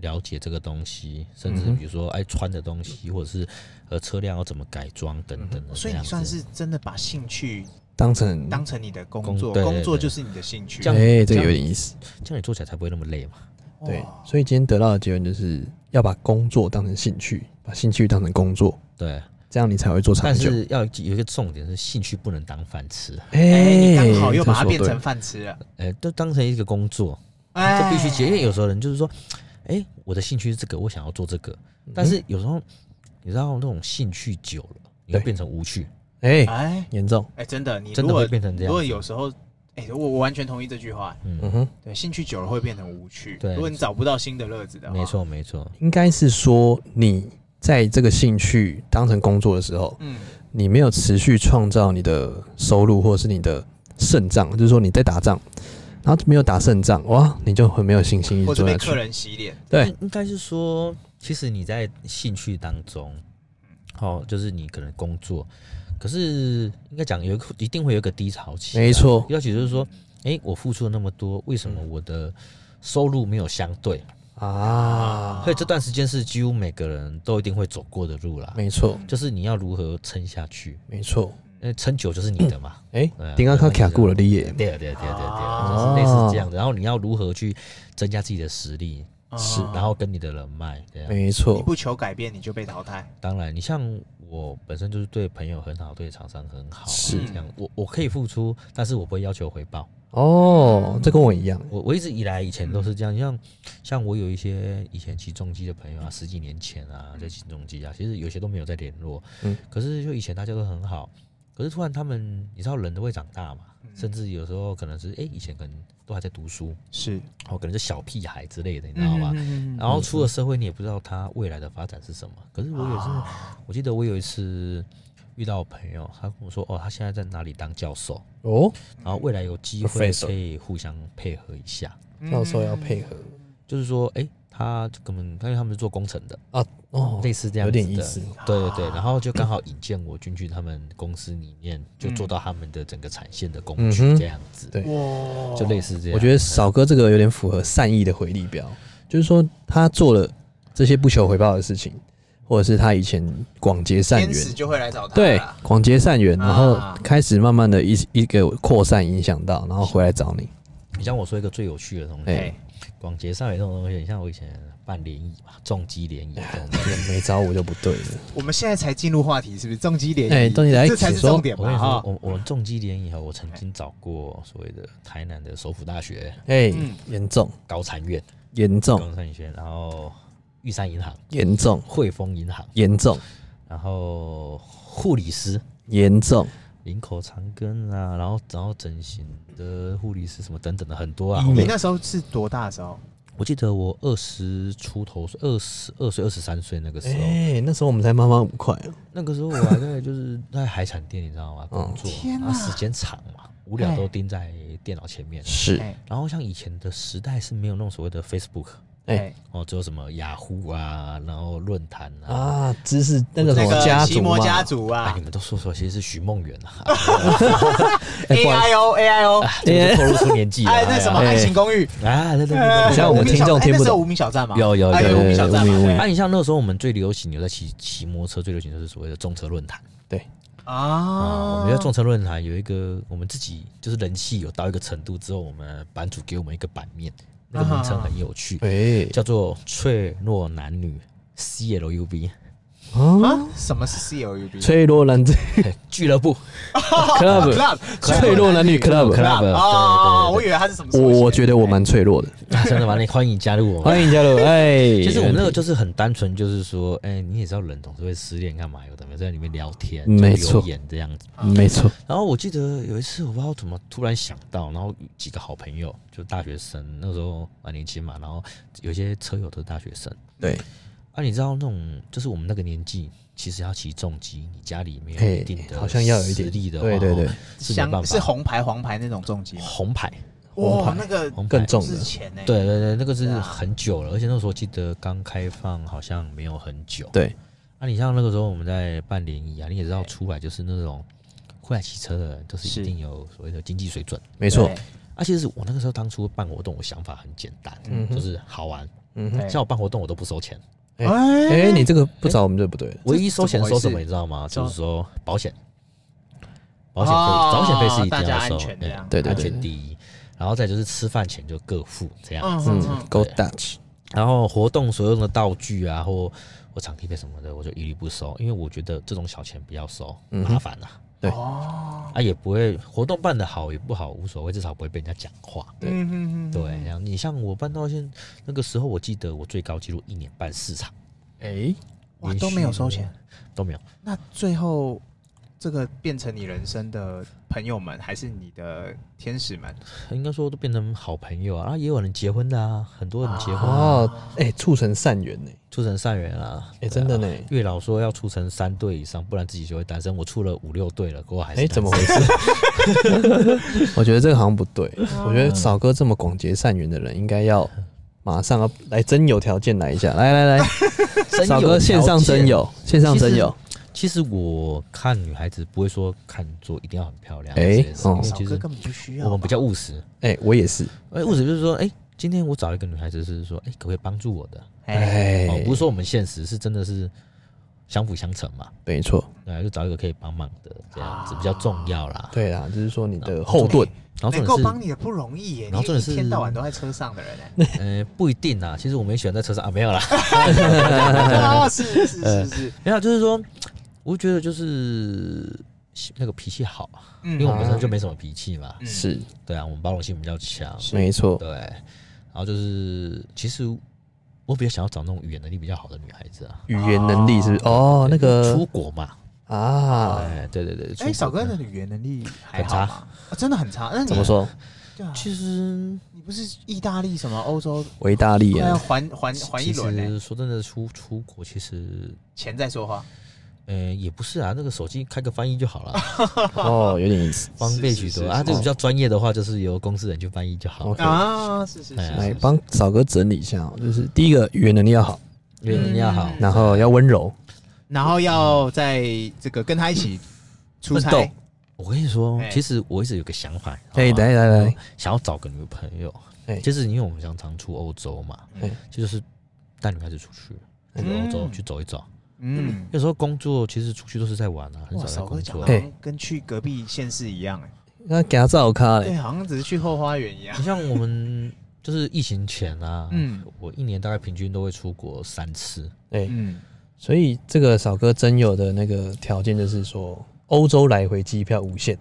[SPEAKER 3] 了解这个东西，甚至
[SPEAKER 1] 嗯哼
[SPEAKER 3] 比如说哎穿的东西，或者是呃车辆要怎么改装等等的这样子。
[SPEAKER 2] 嗯所以你算是真的把兴趣
[SPEAKER 1] 当成
[SPEAKER 2] 当成你的工
[SPEAKER 3] 工
[SPEAKER 2] 作，
[SPEAKER 3] 对
[SPEAKER 2] 工作
[SPEAKER 3] 对
[SPEAKER 2] 就是你的兴趣。
[SPEAKER 3] 这样
[SPEAKER 1] 哎、这个
[SPEAKER 3] 这样
[SPEAKER 1] 有点意思。
[SPEAKER 3] 这样你做起来才不会那么累嘛。
[SPEAKER 2] 哇
[SPEAKER 1] 对，所以今天得到的结论就是要把工作当成兴趣，把兴趣当成工作，
[SPEAKER 3] 对，
[SPEAKER 1] 这样你才会做长
[SPEAKER 3] 但
[SPEAKER 1] 久。
[SPEAKER 3] 是要有一个重点是兴趣不能当饭吃，
[SPEAKER 1] 哎、
[SPEAKER 2] 哎，你刚好又把它
[SPEAKER 1] 这说
[SPEAKER 2] 变
[SPEAKER 1] 对
[SPEAKER 2] 成饭吃了，
[SPEAKER 3] 哎，都当成一个工作，
[SPEAKER 2] 哎，
[SPEAKER 3] 这必须结。因为有时候人就是说，哎、我的兴趣是这个，我想要做这个，但
[SPEAKER 2] 嗯
[SPEAKER 3] 是有时候你知道那种兴趣久了，你会
[SPEAKER 1] 对
[SPEAKER 3] 变成无趣，
[SPEAKER 1] 哎、
[SPEAKER 2] 哎
[SPEAKER 1] 严重，
[SPEAKER 2] 哎，真的，你
[SPEAKER 3] 真
[SPEAKER 2] 如
[SPEAKER 3] 的
[SPEAKER 2] 果
[SPEAKER 3] 会变成这
[SPEAKER 2] 如果
[SPEAKER 3] 样。
[SPEAKER 2] 有时候，哎，我我完全同意这句话。
[SPEAKER 1] 嗯
[SPEAKER 3] 嗯，
[SPEAKER 1] 哼，
[SPEAKER 2] 对，兴趣久了会变成无趣。
[SPEAKER 3] 对
[SPEAKER 2] 如果你找不到新的乐子的话，
[SPEAKER 3] 没。错没错，
[SPEAKER 1] 应该是说你在这个兴趣当成工作的时候，
[SPEAKER 2] 嗯，
[SPEAKER 1] 你没有持续创造你的收入或者是你的胜仗，就是说你在打仗，然后没有打胜仗，哇，你就很没有信心一
[SPEAKER 2] 或
[SPEAKER 1] 直
[SPEAKER 2] 者
[SPEAKER 1] 做
[SPEAKER 2] 被
[SPEAKER 1] 下
[SPEAKER 2] 客
[SPEAKER 1] 去。
[SPEAKER 2] 人洗脸，
[SPEAKER 1] 对
[SPEAKER 3] 应应该是说，哎其实你在兴趣当中，哦，就是你可能工作，可是应该讲有一个一定会有一个低潮期啊，
[SPEAKER 1] 没错，
[SPEAKER 3] 低潮期就是说，哎、我付出了那么多，为什么我的收入没有相对？
[SPEAKER 1] 啊，
[SPEAKER 3] 所以这段时间是几乎每个人都一定会走过的路啦，
[SPEAKER 1] 没错，
[SPEAKER 3] 就是你要如何撑下去，
[SPEAKER 1] 没错。
[SPEAKER 3] 因为撑久就是你的嘛。
[SPEAKER 1] 哎
[SPEAKER 3] 对啊，
[SPEAKER 1] 顶刚靠卡固了，你哦也
[SPEAKER 3] 对对对对对，
[SPEAKER 2] 啊
[SPEAKER 3] 就是类似这样的。然后你要如何去增加自己的实力，
[SPEAKER 1] 是
[SPEAKER 2] 啊
[SPEAKER 3] 然后跟你的人脉，啊这样。
[SPEAKER 1] 没
[SPEAKER 2] 你
[SPEAKER 1] 错，
[SPEAKER 2] 不求改变，你就被淘汰。
[SPEAKER 3] 当然，你像我本身就是对朋友很好，对厂商很好，啊
[SPEAKER 1] 是
[SPEAKER 3] 这样。我我可以付出，但是我不会要求回报。
[SPEAKER 1] 哦，这跟我一样，
[SPEAKER 3] 我我一直以来以前都是这样，像像我有一些以前骑重机的朋友啊，十几年前啊在骑重机啊，其实有些都没有在联络。
[SPEAKER 1] 嗯
[SPEAKER 3] 可是就以前大家都很好，可是突然他们，你知道人都会长大嘛，
[SPEAKER 2] 嗯
[SPEAKER 3] 甚至有时候可能是哎、诶以前可能都还在读书，
[SPEAKER 2] 是，嗯
[SPEAKER 3] 哦，可能是小屁孩之类的，你
[SPEAKER 2] 你
[SPEAKER 3] 知道吗？
[SPEAKER 1] 嗯
[SPEAKER 2] 然
[SPEAKER 3] 然后出了社会，你也不知道他未来的发展是什么。可是
[SPEAKER 2] 嗯
[SPEAKER 3] 我有一次，
[SPEAKER 2] 啊
[SPEAKER 3] 我记得我有一次遇到朋友，他跟我说，哦，他现在在哪里当教授，
[SPEAKER 1] 哦，
[SPEAKER 3] 然后未来有机会
[SPEAKER 1] Professor
[SPEAKER 3] 可以互相配合一下。
[SPEAKER 2] 嗯
[SPEAKER 1] 教授要配合
[SPEAKER 3] 就是说，哎、他就根本因为他们是做工程的，
[SPEAKER 1] 啊，哦，
[SPEAKER 3] 类似这样
[SPEAKER 1] 有
[SPEAKER 3] 子的
[SPEAKER 1] 点意思，
[SPEAKER 3] 对对对，然后就刚好引荐我进去他们公司里面，就做到他们的整个产线的工
[SPEAKER 1] 嗯
[SPEAKER 3] 具
[SPEAKER 1] 哼
[SPEAKER 3] 这样子，
[SPEAKER 1] 对
[SPEAKER 2] 哇
[SPEAKER 3] 就类似这样。
[SPEAKER 1] 我觉得少哥这个有点符合善意的回力标，就是说他做了这些不求回报的事情，或者是他以前广结善
[SPEAKER 2] 天
[SPEAKER 1] 缘
[SPEAKER 2] 使，就会来找他
[SPEAKER 1] 对
[SPEAKER 2] 啦，
[SPEAKER 1] 广结善缘，
[SPEAKER 2] 啊
[SPEAKER 1] 然后开始慢慢的一一个扩散影响到，然后回来找你，
[SPEAKER 3] 你像我说一个最有趣的东
[SPEAKER 1] 哎
[SPEAKER 3] 西，广结善缘这种东西，你像我以前办联谊嘛，重击联谊这种东西。
[SPEAKER 1] 没招我就不对了。
[SPEAKER 2] 我们现在才进入话题，是不是？重击联谊，
[SPEAKER 1] 哎重击联谊
[SPEAKER 2] 这才是
[SPEAKER 1] 请说
[SPEAKER 2] 重点
[SPEAKER 3] 我跟
[SPEAKER 2] 吧？
[SPEAKER 3] 你说
[SPEAKER 2] 哈，，哎
[SPEAKER 3] 我我们重击联谊哈，我曾经找过所谓的台南的首府大学、
[SPEAKER 1] 哎
[SPEAKER 2] 嗯，
[SPEAKER 1] 严重，
[SPEAKER 3] 高产院、
[SPEAKER 1] 严
[SPEAKER 2] 哦
[SPEAKER 1] 重，
[SPEAKER 3] 高产学，然后玉山银行、
[SPEAKER 1] 严重，
[SPEAKER 3] 汇丰银行，
[SPEAKER 1] 严重，
[SPEAKER 3] 然后护理师、
[SPEAKER 1] 严重，
[SPEAKER 3] 领口长根啊，然后然后整形的护理师什么等等的很多啊。
[SPEAKER 1] 医
[SPEAKER 2] 你
[SPEAKER 1] 美
[SPEAKER 3] 我
[SPEAKER 2] 那时候是多大的时候？
[SPEAKER 3] 我记得我二十出头，二十二岁、二十三岁那个时候，
[SPEAKER 1] 哎，那时候我们才慢慢五块哦，
[SPEAKER 3] 那个时候我还在就是在海产店，你知道吗？
[SPEAKER 1] 嗯
[SPEAKER 3] 工作，
[SPEAKER 2] 哦天
[SPEAKER 3] 然后
[SPEAKER 2] 哪
[SPEAKER 3] 时间长嘛，无聊都盯在电脑前面。
[SPEAKER 1] 是，
[SPEAKER 2] 哎
[SPEAKER 3] 然后像以前的时代是没有那种所谓的 Facebook
[SPEAKER 1] 哎
[SPEAKER 3] 哦，只有什么雅虎啊，然后论坛啊。
[SPEAKER 1] 啊，知识那个什
[SPEAKER 2] 那
[SPEAKER 1] 么
[SPEAKER 2] 个
[SPEAKER 1] 家
[SPEAKER 2] 奇
[SPEAKER 1] 族
[SPEAKER 2] 摩
[SPEAKER 1] 嘛，
[SPEAKER 2] 家族
[SPEAKER 3] 啊，
[SPEAKER 2] 啊
[SPEAKER 3] 你们都说说，其实是徐梦圆 啊，
[SPEAKER 1] 哎
[SPEAKER 2] ，A
[SPEAKER 1] 不好意
[SPEAKER 2] I O A I O，
[SPEAKER 3] 啊这个就透露出年纪了。
[SPEAKER 2] 哎，那什么
[SPEAKER 1] 哎
[SPEAKER 2] 爱情公寓，
[SPEAKER 3] 哎啊，对对对
[SPEAKER 2] 哎
[SPEAKER 3] 对
[SPEAKER 1] 像我们听众听不懂
[SPEAKER 2] 哎那时候无名小站嘛，
[SPEAKER 3] 有有
[SPEAKER 2] 哎
[SPEAKER 3] 有
[SPEAKER 2] 有
[SPEAKER 3] 有
[SPEAKER 2] 无名小站
[SPEAKER 1] 有有
[SPEAKER 2] 嘛
[SPEAKER 1] 有
[SPEAKER 3] 对。啊，
[SPEAKER 2] 哎
[SPEAKER 3] 你像那个时候我们最流行，有在骑骑摩托车最流行就是所谓的重车论坛啊。
[SPEAKER 2] 啊，
[SPEAKER 3] 我们在重车论坛有一个我们自己就是人气有到一个程度之后，我们版主给我们一个版面，那个名
[SPEAKER 2] 啊
[SPEAKER 3] 称很有趣。
[SPEAKER 1] 哎，
[SPEAKER 3] 叫做《脆弱男女》C L U B，
[SPEAKER 1] 啊，
[SPEAKER 2] 啊？什么是 C L U B？
[SPEAKER 1] 脆弱男子
[SPEAKER 3] 俱乐部
[SPEAKER 1] club，
[SPEAKER 2] club
[SPEAKER 1] 脆弱男女 club，
[SPEAKER 3] club，
[SPEAKER 2] 啊，
[SPEAKER 3] 对
[SPEAKER 2] 我
[SPEAKER 3] 对
[SPEAKER 2] 以为它是什么
[SPEAKER 1] 我
[SPEAKER 2] 缩写？
[SPEAKER 1] 我觉得我蛮脆弱的，
[SPEAKER 3] 对，啊真的吗？你欢迎加入我们。
[SPEAKER 1] 欢迎加入。哎，
[SPEAKER 3] 其实我们那个就是很单纯，就是说，哎，你也知道人总是会失恋干嘛，有的没有在里面聊天，
[SPEAKER 1] 嗯没
[SPEAKER 3] 就
[SPEAKER 1] 错
[SPEAKER 3] 留言这样子。
[SPEAKER 1] 嗯没错，
[SPEAKER 3] 然后我记得有一次，我不知道怎么突然想到，然后几个好朋友，就大学生，那时候蛮年轻嘛，然后有一些车友都是大学生。
[SPEAKER 1] 对，
[SPEAKER 3] 啊，你知道那种就是我们那个年纪，其实要骑重机，你家里没有一
[SPEAKER 1] 嘿
[SPEAKER 3] 定，的
[SPEAKER 1] 好像要有一点
[SPEAKER 3] 实力的话，
[SPEAKER 1] 对对对
[SPEAKER 3] 哦，是没
[SPEAKER 2] 香
[SPEAKER 3] 办法
[SPEAKER 2] 是红牌黄牌那种重击吗？
[SPEAKER 3] 红牌，
[SPEAKER 1] 红牌
[SPEAKER 2] 哇，那个
[SPEAKER 3] 红牌
[SPEAKER 1] 更重
[SPEAKER 2] 之
[SPEAKER 1] 的。
[SPEAKER 2] 前呢？
[SPEAKER 3] 对对对，那个是
[SPEAKER 2] 对啊
[SPEAKER 3] 很久了，而且那时候记得刚开放，好像没有很久。
[SPEAKER 1] 对，
[SPEAKER 3] 啊，你像那个时候我们在办联谊啊，你也知道出来就是那种会来骑车的人，都是
[SPEAKER 2] 是
[SPEAKER 3] 一定有所谓的经济水准。
[SPEAKER 1] 没错，
[SPEAKER 2] 对，
[SPEAKER 3] 啊，其实我那个时候当初办活动，我想法很简单，
[SPEAKER 1] 嗯哼
[SPEAKER 3] 就是好玩。
[SPEAKER 1] 嗯
[SPEAKER 2] 对
[SPEAKER 1] 哼，
[SPEAKER 3] 像我办活动，我都不收钱，
[SPEAKER 1] 哎哎，你这个不找我们就不对了。
[SPEAKER 3] 唯一收
[SPEAKER 2] 怎
[SPEAKER 3] 钱
[SPEAKER 2] 么回
[SPEAKER 3] 收
[SPEAKER 2] 事
[SPEAKER 3] 什么，你知道吗？
[SPEAKER 2] 收
[SPEAKER 3] 就是说保险，保险费，保险费是一
[SPEAKER 2] 大
[SPEAKER 3] 定
[SPEAKER 2] 家
[SPEAKER 3] 要
[SPEAKER 2] 安
[SPEAKER 3] 收，
[SPEAKER 2] 全这样
[SPEAKER 1] 对对
[SPEAKER 3] 安
[SPEAKER 1] 对
[SPEAKER 3] 全
[SPEAKER 1] 对
[SPEAKER 3] 第一。然后再就是吃饭钱就各付这样，
[SPEAKER 2] 嗯
[SPEAKER 1] 嗯
[SPEAKER 2] 嗯
[SPEAKER 1] ，Go Dutch，
[SPEAKER 3] 然后活动所用的道具啊，或或场地费什么的，我就一律不收，因为我觉得这种小钱不要收，
[SPEAKER 1] 嗯哼
[SPEAKER 3] 麻烦啊，
[SPEAKER 1] 对
[SPEAKER 2] 嗯，哦，
[SPEAKER 3] 啊也不会活动办得好与不好无所谓，至少不会被人家讲话。
[SPEAKER 1] 对
[SPEAKER 2] 嗯嗯嗯，
[SPEAKER 3] 对，然后你像我办到现那个时候，我记得我最高纪录一年办四场
[SPEAKER 1] 哎，
[SPEAKER 2] 哇
[SPEAKER 3] 连
[SPEAKER 2] 都没有
[SPEAKER 3] 续
[SPEAKER 2] 收钱，
[SPEAKER 3] 都没有。
[SPEAKER 2] 那最后这个变成你人生的朋友们，还是你的天使们？
[SPEAKER 3] 应该说都变成好朋友啊，啊也有人结婚的啊，很多人结婚、啊，
[SPEAKER 1] 哦，哎，促成善缘呢，
[SPEAKER 3] 促成善缘啊。
[SPEAKER 1] 哎，
[SPEAKER 3] 对啊
[SPEAKER 1] 真的。呢，
[SPEAKER 3] 月老说要促成三对以上，不然自己就会单身。我处了五六对了，可我还是
[SPEAKER 1] 哎，
[SPEAKER 3] 单身
[SPEAKER 1] 怎么回事？ 我觉得这个好像不对，我觉得少哥这么广结善缘的人，应该要马上要来真有条件来一下，来来来，
[SPEAKER 3] 真
[SPEAKER 1] 少
[SPEAKER 3] 有
[SPEAKER 1] 哥线上
[SPEAKER 3] 条件
[SPEAKER 1] 真。有，线上真有，
[SPEAKER 3] 其实我看女孩子不会说看做一定要很漂亮，
[SPEAKER 1] 哎
[SPEAKER 3] 哎、因
[SPEAKER 1] 哦
[SPEAKER 2] 少
[SPEAKER 3] 为其
[SPEAKER 2] 哥
[SPEAKER 3] 实
[SPEAKER 2] 根本不需要吧，啊
[SPEAKER 3] 我们比较务实。
[SPEAKER 1] 哎，我也是，
[SPEAKER 3] 哎、务实就是说，哎、今天我找一个女孩子是说，哎、可不可以帮助我的？
[SPEAKER 2] 哎，
[SPEAKER 1] 哎
[SPEAKER 3] 哦，，不是说我们现实是真的是相辅相成嘛，
[SPEAKER 1] 没错，
[SPEAKER 3] 对啊，就找一个可以帮忙的这样子比较重要啦。
[SPEAKER 1] 对啦，就是说你的后盾，
[SPEAKER 3] 然后
[SPEAKER 2] 能啊哎
[SPEAKER 3] 重
[SPEAKER 2] 够
[SPEAKER 3] 点是
[SPEAKER 2] 帮你的不容易耶，
[SPEAKER 3] 然后重
[SPEAKER 2] 你
[SPEAKER 3] 点
[SPEAKER 2] 一
[SPEAKER 3] 是
[SPEAKER 2] 天到晚都在车上的人哎。
[SPEAKER 3] 呃，不一定啊。其实我们也喜欢在车上啊，没有啦，
[SPEAKER 2] 啊，是是是是，
[SPEAKER 3] 没有，啊就是说，我觉得就是那个脾气好，啊
[SPEAKER 2] 因
[SPEAKER 3] 因为我们本身就没什么脾气嘛。
[SPEAKER 2] 嗯
[SPEAKER 1] 是
[SPEAKER 3] 对啊，我们包容性比较强。
[SPEAKER 1] 没错，
[SPEAKER 3] 对，然后就是其实我比较想要找那种语言能力比较好的女孩子啊。
[SPEAKER 1] 语言能力是不是？哦，那
[SPEAKER 3] 出
[SPEAKER 1] 个
[SPEAKER 3] 国嘛，
[SPEAKER 1] 啊，
[SPEAKER 3] 哎，对对对，出
[SPEAKER 2] 哎，
[SPEAKER 3] 国
[SPEAKER 2] 少哥的语言能力还
[SPEAKER 3] 很
[SPEAKER 2] 好
[SPEAKER 3] 差
[SPEAKER 2] 吗？啊真的很差。那你
[SPEAKER 1] 怎么？说？
[SPEAKER 2] 对啊，
[SPEAKER 3] 其实
[SPEAKER 2] 你不是意大利什么欧洲
[SPEAKER 1] 维大利
[SPEAKER 2] 快要
[SPEAKER 1] 啊，
[SPEAKER 2] 环环环一轮
[SPEAKER 3] 其
[SPEAKER 2] 呢？
[SPEAKER 3] 实说真的，出出国其实。
[SPEAKER 2] 钱在说话，
[SPEAKER 3] 呃，也不是啊，那个手机开个翻译就好了，哎
[SPEAKER 1] 哦，有点意思。
[SPEAKER 3] 方便许
[SPEAKER 2] 啊是
[SPEAKER 3] 多
[SPEAKER 2] 是
[SPEAKER 3] 啊。
[SPEAKER 2] 是
[SPEAKER 3] 这个比较专业的话，就是由公司人去翻译就好了。
[SPEAKER 1] OK
[SPEAKER 2] 啊，是是是
[SPEAKER 3] 哎
[SPEAKER 2] 是，
[SPEAKER 1] 来
[SPEAKER 2] 是
[SPEAKER 1] 帮少哥整理一下哦，就是第一个语言能力要好，
[SPEAKER 3] 因为人家好，
[SPEAKER 2] 嗯
[SPEAKER 1] 然后要温柔，
[SPEAKER 2] 然后要在这个跟他一起出差
[SPEAKER 1] 奋斗
[SPEAKER 3] 我跟你说，
[SPEAKER 2] 哎
[SPEAKER 3] 其实我一直有个想法，
[SPEAKER 1] 哎，
[SPEAKER 3] 你知道吗
[SPEAKER 1] 来来来，
[SPEAKER 3] 想要找个女朋友
[SPEAKER 1] 哎，
[SPEAKER 3] 就是因为我们常常出欧洲嘛
[SPEAKER 1] 哎，
[SPEAKER 3] 就是带女孩子出去，去欧洲
[SPEAKER 2] 嗯
[SPEAKER 3] 去走一走。
[SPEAKER 2] 嗯，
[SPEAKER 3] 有时候工作其实出去都是在玩啊，很
[SPEAKER 2] 哇，
[SPEAKER 3] 少在
[SPEAKER 2] 少
[SPEAKER 3] 工
[SPEAKER 2] 哥讲哎
[SPEAKER 3] 作
[SPEAKER 2] 得
[SPEAKER 3] 啊
[SPEAKER 2] 好。
[SPEAKER 1] 嘿
[SPEAKER 2] 像跟去隔壁县市一样，哎，
[SPEAKER 1] 那给他照咖嘞
[SPEAKER 2] 对，，好像只是去后花园一样
[SPEAKER 3] 你。像我们就是疫情前啊，
[SPEAKER 2] 嗯
[SPEAKER 3] 我一年大概平均都会出国三次，
[SPEAKER 1] 哎，
[SPEAKER 2] 嗯，
[SPEAKER 1] 所以这个少哥真有的那个条件就是说，欧洲来回机票无限，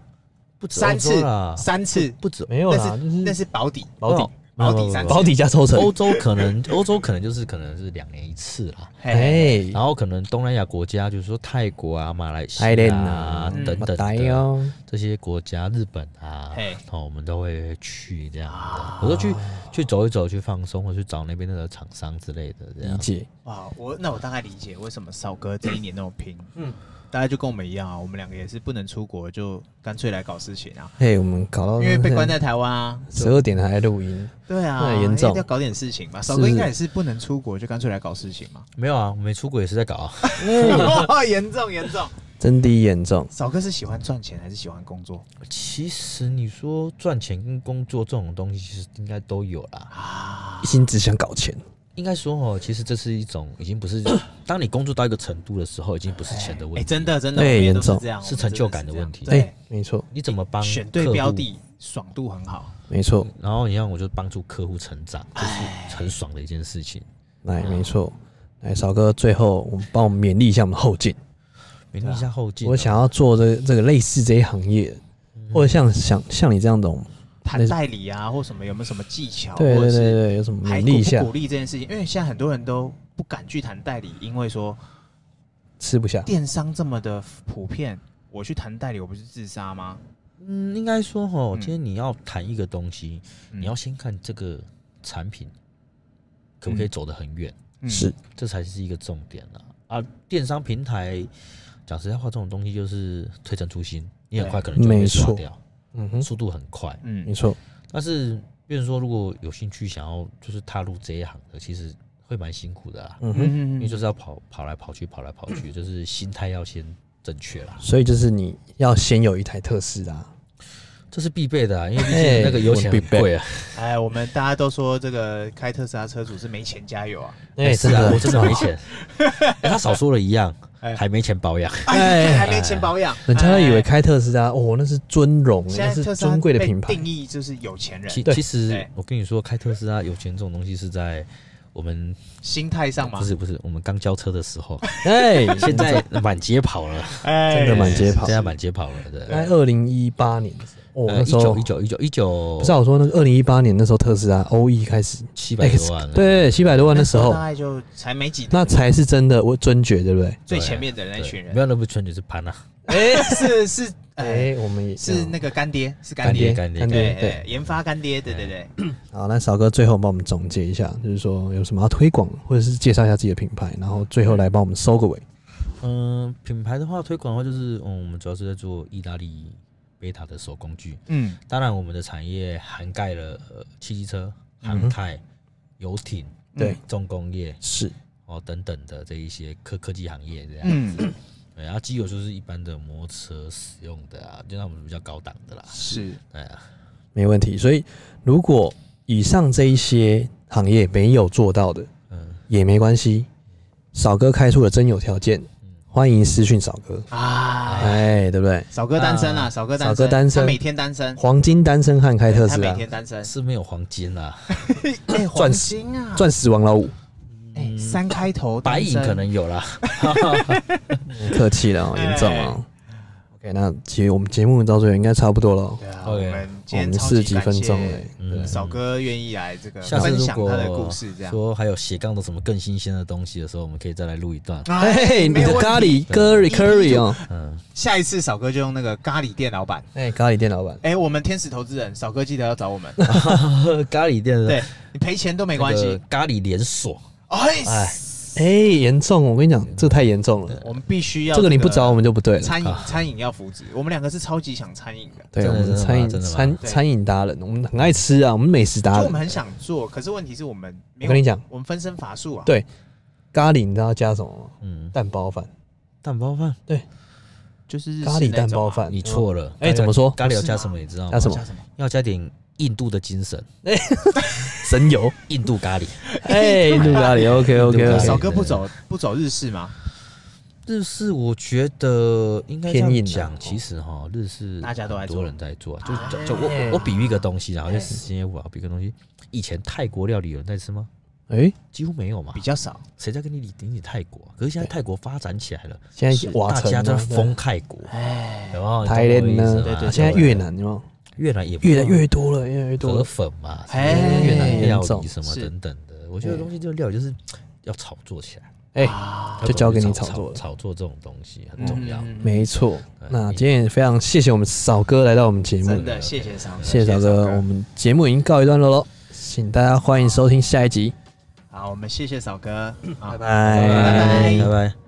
[SPEAKER 3] 不止
[SPEAKER 2] 三
[SPEAKER 3] 欧
[SPEAKER 2] 次
[SPEAKER 3] 洲啦，
[SPEAKER 2] 三次，
[SPEAKER 3] 不止
[SPEAKER 1] 啊没有啦，就
[SPEAKER 2] 那
[SPEAKER 1] 是
[SPEAKER 2] 是保底，哦
[SPEAKER 1] 保底嗯
[SPEAKER 3] 没有
[SPEAKER 2] 保底
[SPEAKER 3] 没有
[SPEAKER 2] 三
[SPEAKER 3] 没
[SPEAKER 2] 次
[SPEAKER 3] 有
[SPEAKER 1] 保底加抽成，
[SPEAKER 3] 欧洲可能 欧洲可能就是可能是两年一次啦。
[SPEAKER 2] 哎，
[SPEAKER 1] 哎，
[SPEAKER 3] 然后可能东南亚国家，就是说泰国啊、马来西
[SPEAKER 1] 泰
[SPEAKER 3] 亚
[SPEAKER 1] 兰
[SPEAKER 3] 啊
[SPEAKER 1] 啊
[SPEAKER 3] 等等
[SPEAKER 1] 马
[SPEAKER 3] 的
[SPEAKER 1] 来哦，
[SPEAKER 3] 这些国家，日本啊，
[SPEAKER 2] 嘿
[SPEAKER 3] 然后我们都会去这样的。我说去去走一走，去放松，或去找那边的厂商之类的这
[SPEAKER 1] 理
[SPEAKER 3] 样。
[SPEAKER 1] 解，
[SPEAKER 2] 哇，我那我大概理解为什么少哥这一年那么拼，嗯
[SPEAKER 1] 嗯，
[SPEAKER 2] 大家就跟我们一样啊，我们两个也是不能出国，就干脆来搞事情啊，
[SPEAKER 1] 嘿，我们搞到
[SPEAKER 2] 因为被关在台湾啊，
[SPEAKER 1] 十二点还在录音，
[SPEAKER 2] 对啊，
[SPEAKER 1] 那很严重
[SPEAKER 2] 一定要搞点事情嘛。少
[SPEAKER 1] 是
[SPEAKER 2] 哥应该也是不能出国，就干脆来搞事情嘛，
[SPEAKER 3] 没有啊，我没出国也是在搞啊。
[SPEAKER 2] 严重严重。
[SPEAKER 1] 真的严重，
[SPEAKER 2] 少哥是喜欢赚钱还是喜欢工作
[SPEAKER 3] 其实你说赚钱跟工作这种东西，其实应该都有啦。
[SPEAKER 2] 啊？
[SPEAKER 1] 一心只想搞钱，
[SPEAKER 3] 应该说哦，其实这是一种已经不是， 当你工作到一个程度的时候，已经不是钱的问
[SPEAKER 2] 哎、
[SPEAKER 3] 题，
[SPEAKER 2] 真的真的，
[SPEAKER 1] 对
[SPEAKER 2] 我们也
[SPEAKER 1] 严
[SPEAKER 2] 都是
[SPEAKER 1] 重
[SPEAKER 2] 这样，我们
[SPEAKER 3] 是成就感的问题
[SPEAKER 2] 真是
[SPEAKER 1] 哎
[SPEAKER 2] 这样，
[SPEAKER 1] 没错，
[SPEAKER 3] 你怎么帮
[SPEAKER 2] 对，选对
[SPEAKER 3] 客户
[SPEAKER 2] 标的，爽度很好。
[SPEAKER 1] 没错，
[SPEAKER 3] 然
[SPEAKER 2] 哎啊
[SPEAKER 3] 后你像我就帮助客户成长，这是很爽的一件事情。
[SPEAKER 1] 来，没错。哎，少哥，最后我们帮我们勉励一下我们后进。
[SPEAKER 3] 勉励一下后进哦。
[SPEAKER 1] 我想要做这这个类似这一行业，或者像像像你这样哦懂，
[SPEAKER 2] 谈代理啊，或什么有没有什么技巧，
[SPEAKER 1] 对
[SPEAKER 2] 或
[SPEAKER 1] 对
[SPEAKER 2] 者
[SPEAKER 1] 对
[SPEAKER 2] 是
[SPEAKER 1] 对，有什么
[SPEAKER 2] 还
[SPEAKER 1] 勉
[SPEAKER 2] 鼓
[SPEAKER 1] 励一下
[SPEAKER 2] 不，鼓励这件事情？因为现在很多人都不敢去谈代理，因为说
[SPEAKER 1] 吃不下。
[SPEAKER 2] 电商这么的普遍，我去谈代理，我不是自杀吗？
[SPEAKER 3] 嗯，应该说哈，
[SPEAKER 2] 嗯
[SPEAKER 3] 今天你要谈一个东西，
[SPEAKER 2] 嗯
[SPEAKER 3] 你要先看这个产品可不可以走得很远，
[SPEAKER 2] 嗯
[SPEAKER 1] 是，
[SPEAKER 3] 这才是一个重点啊。啊，电商平台讲实在话，这种东西就是推陈出新，你很快可能就被
[SPEAKER 1] 没
[SPEAKER 3] 刷
[SPEAKER 1] 错
[SPEAKER 3] 掉，
[SPEAKER 1] 嗯哼，
[SPEAKER 3] 速度很快。
[SPEAKER 1] 没
[SPEAKER 2] 嗯
[SPEAKER 1] 错，
[SPEAKER 3] 但是，比如说如果有兴趣想要就是踏入这一行的，其实会蛮辛苦的啊啦，
[SPEAKER 1] 嗯哼。
[SPEAKER 2] 嗯
[SPEAKER 3] 因为就是要跑跑来跑去，跑来跑去，就是心态要先正确啦。
[SPEAKER 1] 所以就是你要先有一台特斯拉，
[SPEAKER 3] 这是必备的啊，因为毕
[SPEAKER 1] 哎
[SPEAKER 3] 竟那个油钱
[SPEAKER 1] 我
[SPEAKER 3] 很
[SPEAKER 1] 必备
[SPEAKER 3] 贵啊。
[SPEAKER 2] 哎，我们大家都说这个开特斯拉车主是没钱加油啊，
[SPEAKER 1] 哎、
[SPEAKER 3] 是啊，我真的没钱。哎他少说了一样
[SPEAKER 2] 哎，
[SPEAKER 3] 还没钱保养。
[SPEAKER 2] 哎，
[SPEAKER 1] 哎
[SPEAKER 2] 还没钱保养，
[SPEAKER 1] 人家都以为
[SPEAKER 2] 哎
[SPEAKER 1] 开特斯拉，哦，那是尊荣，
[SPEAKER 2] 现
[SPEAKER 1] 那
[SPEAKER 2] 在
[SPEAKER 1] 是
[SPEAKER 2] 特斯拉
[SPEAKER 1] 尊贵的品
[SPEAKER 2] 被
[SPEAKER 1] 牌
[SPEAKER 2] 定，义就是有钱人，
[SPEAKER 3] 其
[SPEAKER 1] 对
[SPEAKER 3] 其实
[SPEAKER 2] 哎
[SPEAKER 3] 我跟你说，开特斯拉有钱这种东西是在我们
[SPEAKER 2] 心态上嘛
[SPEAKER 3] 不，是不是我们刚交车的时 候，
[SPEAKER 1] 哎，
[SPEAKER 3] 现在 满街跑了，
[SPEAKER 2] 哎，
[SPEAKER 1] 真的满街跑
[SPEAKER 3] 现在满街跑了，对。
[SPEAKER 1] 在哎二零一八年的时候，哦，
[SPEAKER 3] 呃
[SPEAKER 1] 那
[SPEAKER 3] 一
[SPEAKER 1] 时候
[SPEAKER 3] 九一九一九一九，
[SPEAKER 1] 不是啊我说那个二零一八年那时候特斯拉 O E 开始，
[SPEAKER 3] 七百多万了，
[SPEAKER 1] 哎对，七百多万的时 候
[SPEAKER 2] 大，概就才没几，
[SPEAKER 1] 那才是真的我尊爵，对不对？
[SPEAKER 2] 最前面的那
[SPEAKER 3] 对
[SPEAKER 2] 群人
[SPEAKER 3] 没，有那不全只是潘啊，
[SPEAKER 2] 哎，是是，
[SPEAKER 1] 哎、
[SPEAKER 2] 哎，
[SPEAKER 1] 我们也
[SPEAKER 2] 是那个干爹，是
[SPEAKER 1] 干
[SPEAKER 2] 爹，
[SPEAKER 3] 干爹
[SPEAKER 1] 干
[SPEAKER 2] 对
[SPEAKER 1] 爹，哎
[SPEAKER 2] 哎
[SPEAKER 1] 对。
[SPEAKER 2] 研发干爹，对对对，
[SPEAKER 1] 好，那少哥最后帮我们总结一下，就是说有什么要推广，或者是介绍一下自己的品牌，然后最后来帮我们收个尾。
[SPEAKER 3] 嗯，品牌的话推广的话就是，嗯，我们主要是在做意大利贝塔的手工具，
[SPEAKER 2] 嗯
[SPEAKER 3] 当然我们的产业涵盖了呃汽机车、
[SPEAKER 2] 嗯
[SPEAKER 3] 航太、游艇、
[SPEAKER 1] 对，
[SPEAKER 3] 重工业
[SPEAKER 1] 是，
[SPEAKER 3] 哦等等的这一些科科技行业这样。
[SPEAKER 2] 嗯，
[SPEAKER 3] 对，然后机油就是一般的摩托车使用的啊，就那我们比较高档的啦。
[SPEAKER 1] 嗯
[SPEAKER 2] 是，
[SPEAKER 3] 对啊，
[SPEAKER 1] 没问题。所以如果以上这一些行业没有做到的，
[SPEAKER 3] 嗯，
[SPEAKER 1] 也没关系，少哥开出了真有条件，
[SPEAKER 3] 嗯
[SPEAKER 1] 欢迎私讯少哥。
[SPEAKER 2] 啊，
[SPEAKER 1] 哎，对不对？
[SPEAKER 2] 少哥单身啊，少哥单
[SPEAKER 1] 少
[SPEAKER 2] 身，
[SPEAKER 1] 哥单身
[SPEAKER 2] 他每天单身，
[SPEAKER 1] 黄金单身汉开特
[SPEAKER 2] 哎他
[SPEAKER 1] 斯
[SPEAKER 2] 每
[SPEAKER 1] 拉，
[SPEAKER 2] 天单身，
[SPEAKER 3] 是没有黄金 啦，
[SPEAKER 2] 哎，
[SPEAKER 1] 钻
[SPEAKER 2] 黄
[SPEAKER 1] 石
[SPEAKER 2] 金啊，
[SPEAKER 1] 钻嗯石王老五，
[SPEAKER 2] 哎，三开头，
[SPEAKER 3] 白银可，能有啦。
[SPEAKER 1] 客气了哦，严重哦。OK，那其实我们节目到这里应该差不多了哦，
[SPEAKER 2] 对啊，我
[SPEAKER 3] OK
[SPEAKER 2] 们
[SPEAKER 1] 我
[SPEAKER 2] 今天
[SPEAKER 1] 们
[SPEAKER 2] 超
[SPEAKER 1] 四十
[SPEAKER 2] 级
[SPEAKER 1] 几
[SPEAKER 2] 感
[SPEAKER 1] 分
[SPEAKER 2] 谢
[SPEAKER 1] 钟嘞，
[SPEAKER 3] 嗯
[SPEAKER 2] 少哥愿意来这个
[SPEAKER 3] 下次
[SPEAKER 2] 分
[SPEAKER 3] 如
[SPEAKER 2] 享他的故
[SPEAKER 3] 果
[SPEAKER 2] 事，这样。
[SPEAKER 3] 说还有斜杠的什么更新鲜的东西的时候，我们可以再来录一段。
[SPEAKER 1] 哎，你
[SPEAKER 2] 没有
[SPEAKER 1] 的
[SPEAKER 2] 问
[SPEAKER 1] 咖
[SPEAKER 2] 题，
[SPEAKER 1] 喱哥 u
[SPEAKER 2] 一
[SPEAKER 1] curry 哦，
[SPEAKER 3] 嗯，
[SPEAKER 2] 下一次少哥就用那个咖喱店老板。
[SPEAKER 1] 哎，咖喱店老板，
[SPEAKER 2] 哎，我们天使投资人少哥记得要找我们，
[SPEAKER 3] 咖喱店的
[SPEAKER 2] 对你赔钱都没
[SPEAKER 3] 没
[SPEAKER 2] 关系。
[SPEAKER 3] 咖喱连锁，
[SPEAKER 2] 哎，
[SPEAKER 1] 哎，严重，我跟你讲，这太严重了，
[SPEAKER 2] 我们必须要
[SPEAKER 1] 这个你不找我们就啊不对了。
[SPEAKER 2] 餐饮，餐饮要扶植。我们两个是超级想餐饮的，
[SPEAKER 1] 对，
[SPEAKER 3] 真
[SPEAKER 1] 我
[SPEAKER 3] 的
[SPEAKER 1] 们
[SPEAKER 3] 真的
[SPEAKER 1] 餐
[SPEAKER 3] 吗
[SPEAKER 1] 饮
[SPEAKER 3] 真的吗
[SPEAKER 1] 餐
[SPEAKER 2] 对
[SPEAKER 1] 餐饮达人，我们很爱吃啊，我们美食达
[SPEAKER 2] 就我
[SPEAKER 1] 人
[SPEAKER 2] 们。很想做，可是问题是我们
[SPEAKER 1] 我
[SPEAKER 2] 没有。
[SPEAKER 1] 跟你讲，
[SPEAKER 2] 我们分身乏术啊。
[SPEAKER 1] 对咖喱你知道要加什么吗？
[SPEAKER 3] 嗯，
[SPEAKER 1] 蛋包饭，
[SPEAKER 3] 蛋包饭，
[SPEAKER 2] 就是日式
[SPEAKER 1] 咖喱蛋
[SPEAKER 2] 那种
[SPEAKER 1] 包
[SPEAKER 2] 啊。
[SPEAKER 1] 饭。
[SPEAKER 3] 你
[SPEAKER 1] 嗯，
[SPEAKER 3] 错了。
[SPEAKER 1] 哎怎么说
[SPEAKER 3] 咖喱要加什么？你知道吗？
[SPEAKER 1] 加什么
[SPEAKER 2] 加什么？
[SPEAKER 3] 要加点印度的精神，
[SPEAKER 1] 神油。
[SPEAKER 3] 印度咖喱。
[SPEAKER 1] 哎，印度咖喱，OK
[SPEAKER 3] 印
[SPEAKER 1] OK
[SPEAKER 3] 度咖喱
[SPEAKER 1] OK
[SPEAKER 2] 少。哥不走不走日式吗？
[SPEAKER 3] 日式我觉得应该这
[SPEAKER 1] 偏硬啊
[SPEAKER 3] 样讲，
[SPEAKER 1] 哦
[SPEAKER 3] 其实哈，日式
[SPEAKER 2] 大家都在
[SPEAKER 3] 很
[SPEAKER 2] 做
[SPEAKER 3] 多人在做，啊就
[SPEAKER 2] 哎
[SPEAKER 3] 就就我我比喻一个东西啊，然后就时间也晚，我比喻一个东西，以前泰国料理有人在吃吗？
[SPEAKER 1] 哎，
[SPEAKER 3] 几乎没有嘛
[SPEAKER 2] 比，较少。
[SPEAKER 3] 谁在跟你顶顶泰国啊？可是现在
[SPEAKER 1] 对
[SPEAKER 3] 泰国发展起来了，
[SPEAKER 1] 现
[SPEAKER 3] 是
[SPEAKER 1] 在瓦
[SPEAKER 3] 大
[SPEAKER 1] 城
[SPEAKER 3] 家
[SPEAKER 1] 啊
[SPEAKER 3] 都
[SPEAKER 1] 对
[SPEAKER 3] 封泰国，
[SPEAKER 2] 哎，
[SPEAKER 3] 然后
[SPEAKER 1] 台湾呢，
[SPEAKER 3] 对
[SPEAKER 1] 啊现在越南有没有
[SPEAKER 3] 越南也不
[SPEAKER 1] 越来越多了，越来越多
[SPEAKER 3] 河
[SPEAKER 1] 了。
[SPEAKER 3] 粉嘛，什么
[SPEAKER 2] 哎
[SPEAKER 3] 越南料
[SPEAKER 1] 严重
[SPEAKER 3] 理什么
[SPEAKER 2] 是
[SPEAKER 3] 等等的，我觉得东西这个料理就是要炒作起来，
[SPEAKER 1] 哎，
[SPEAKER 2] 啊
[SPEAKER 1] 就交给你
[SPEAKER 3] 炒
[SPEAKER 1] 炒作了
[SPEAKER 3] 炒作这种东西很重要。
[SPEAKER 2] 嗯
[SPEAKER 1] 没错。
[SPEAKER 3] 对
[SPEAKER 1] 那今天也非常谢谢我们少哥来到我们节目
[SPEAKER 2] 真，的谢谢少哥，
[SPEAKER 1] 谢谢少
[SPEAKER 2] 哥
[SPEAKER 1] 哥。我。们节目已经告一段落喽，请大家欢迎收听下一集，
[SPEAKER 2] 好，我们谢谢嫂哥，好
[SPEAKER 1] 拜
[SPEAKER 3] 拜
[SPEAKER 1] 拜
[SPEAKER 3] 拜拜。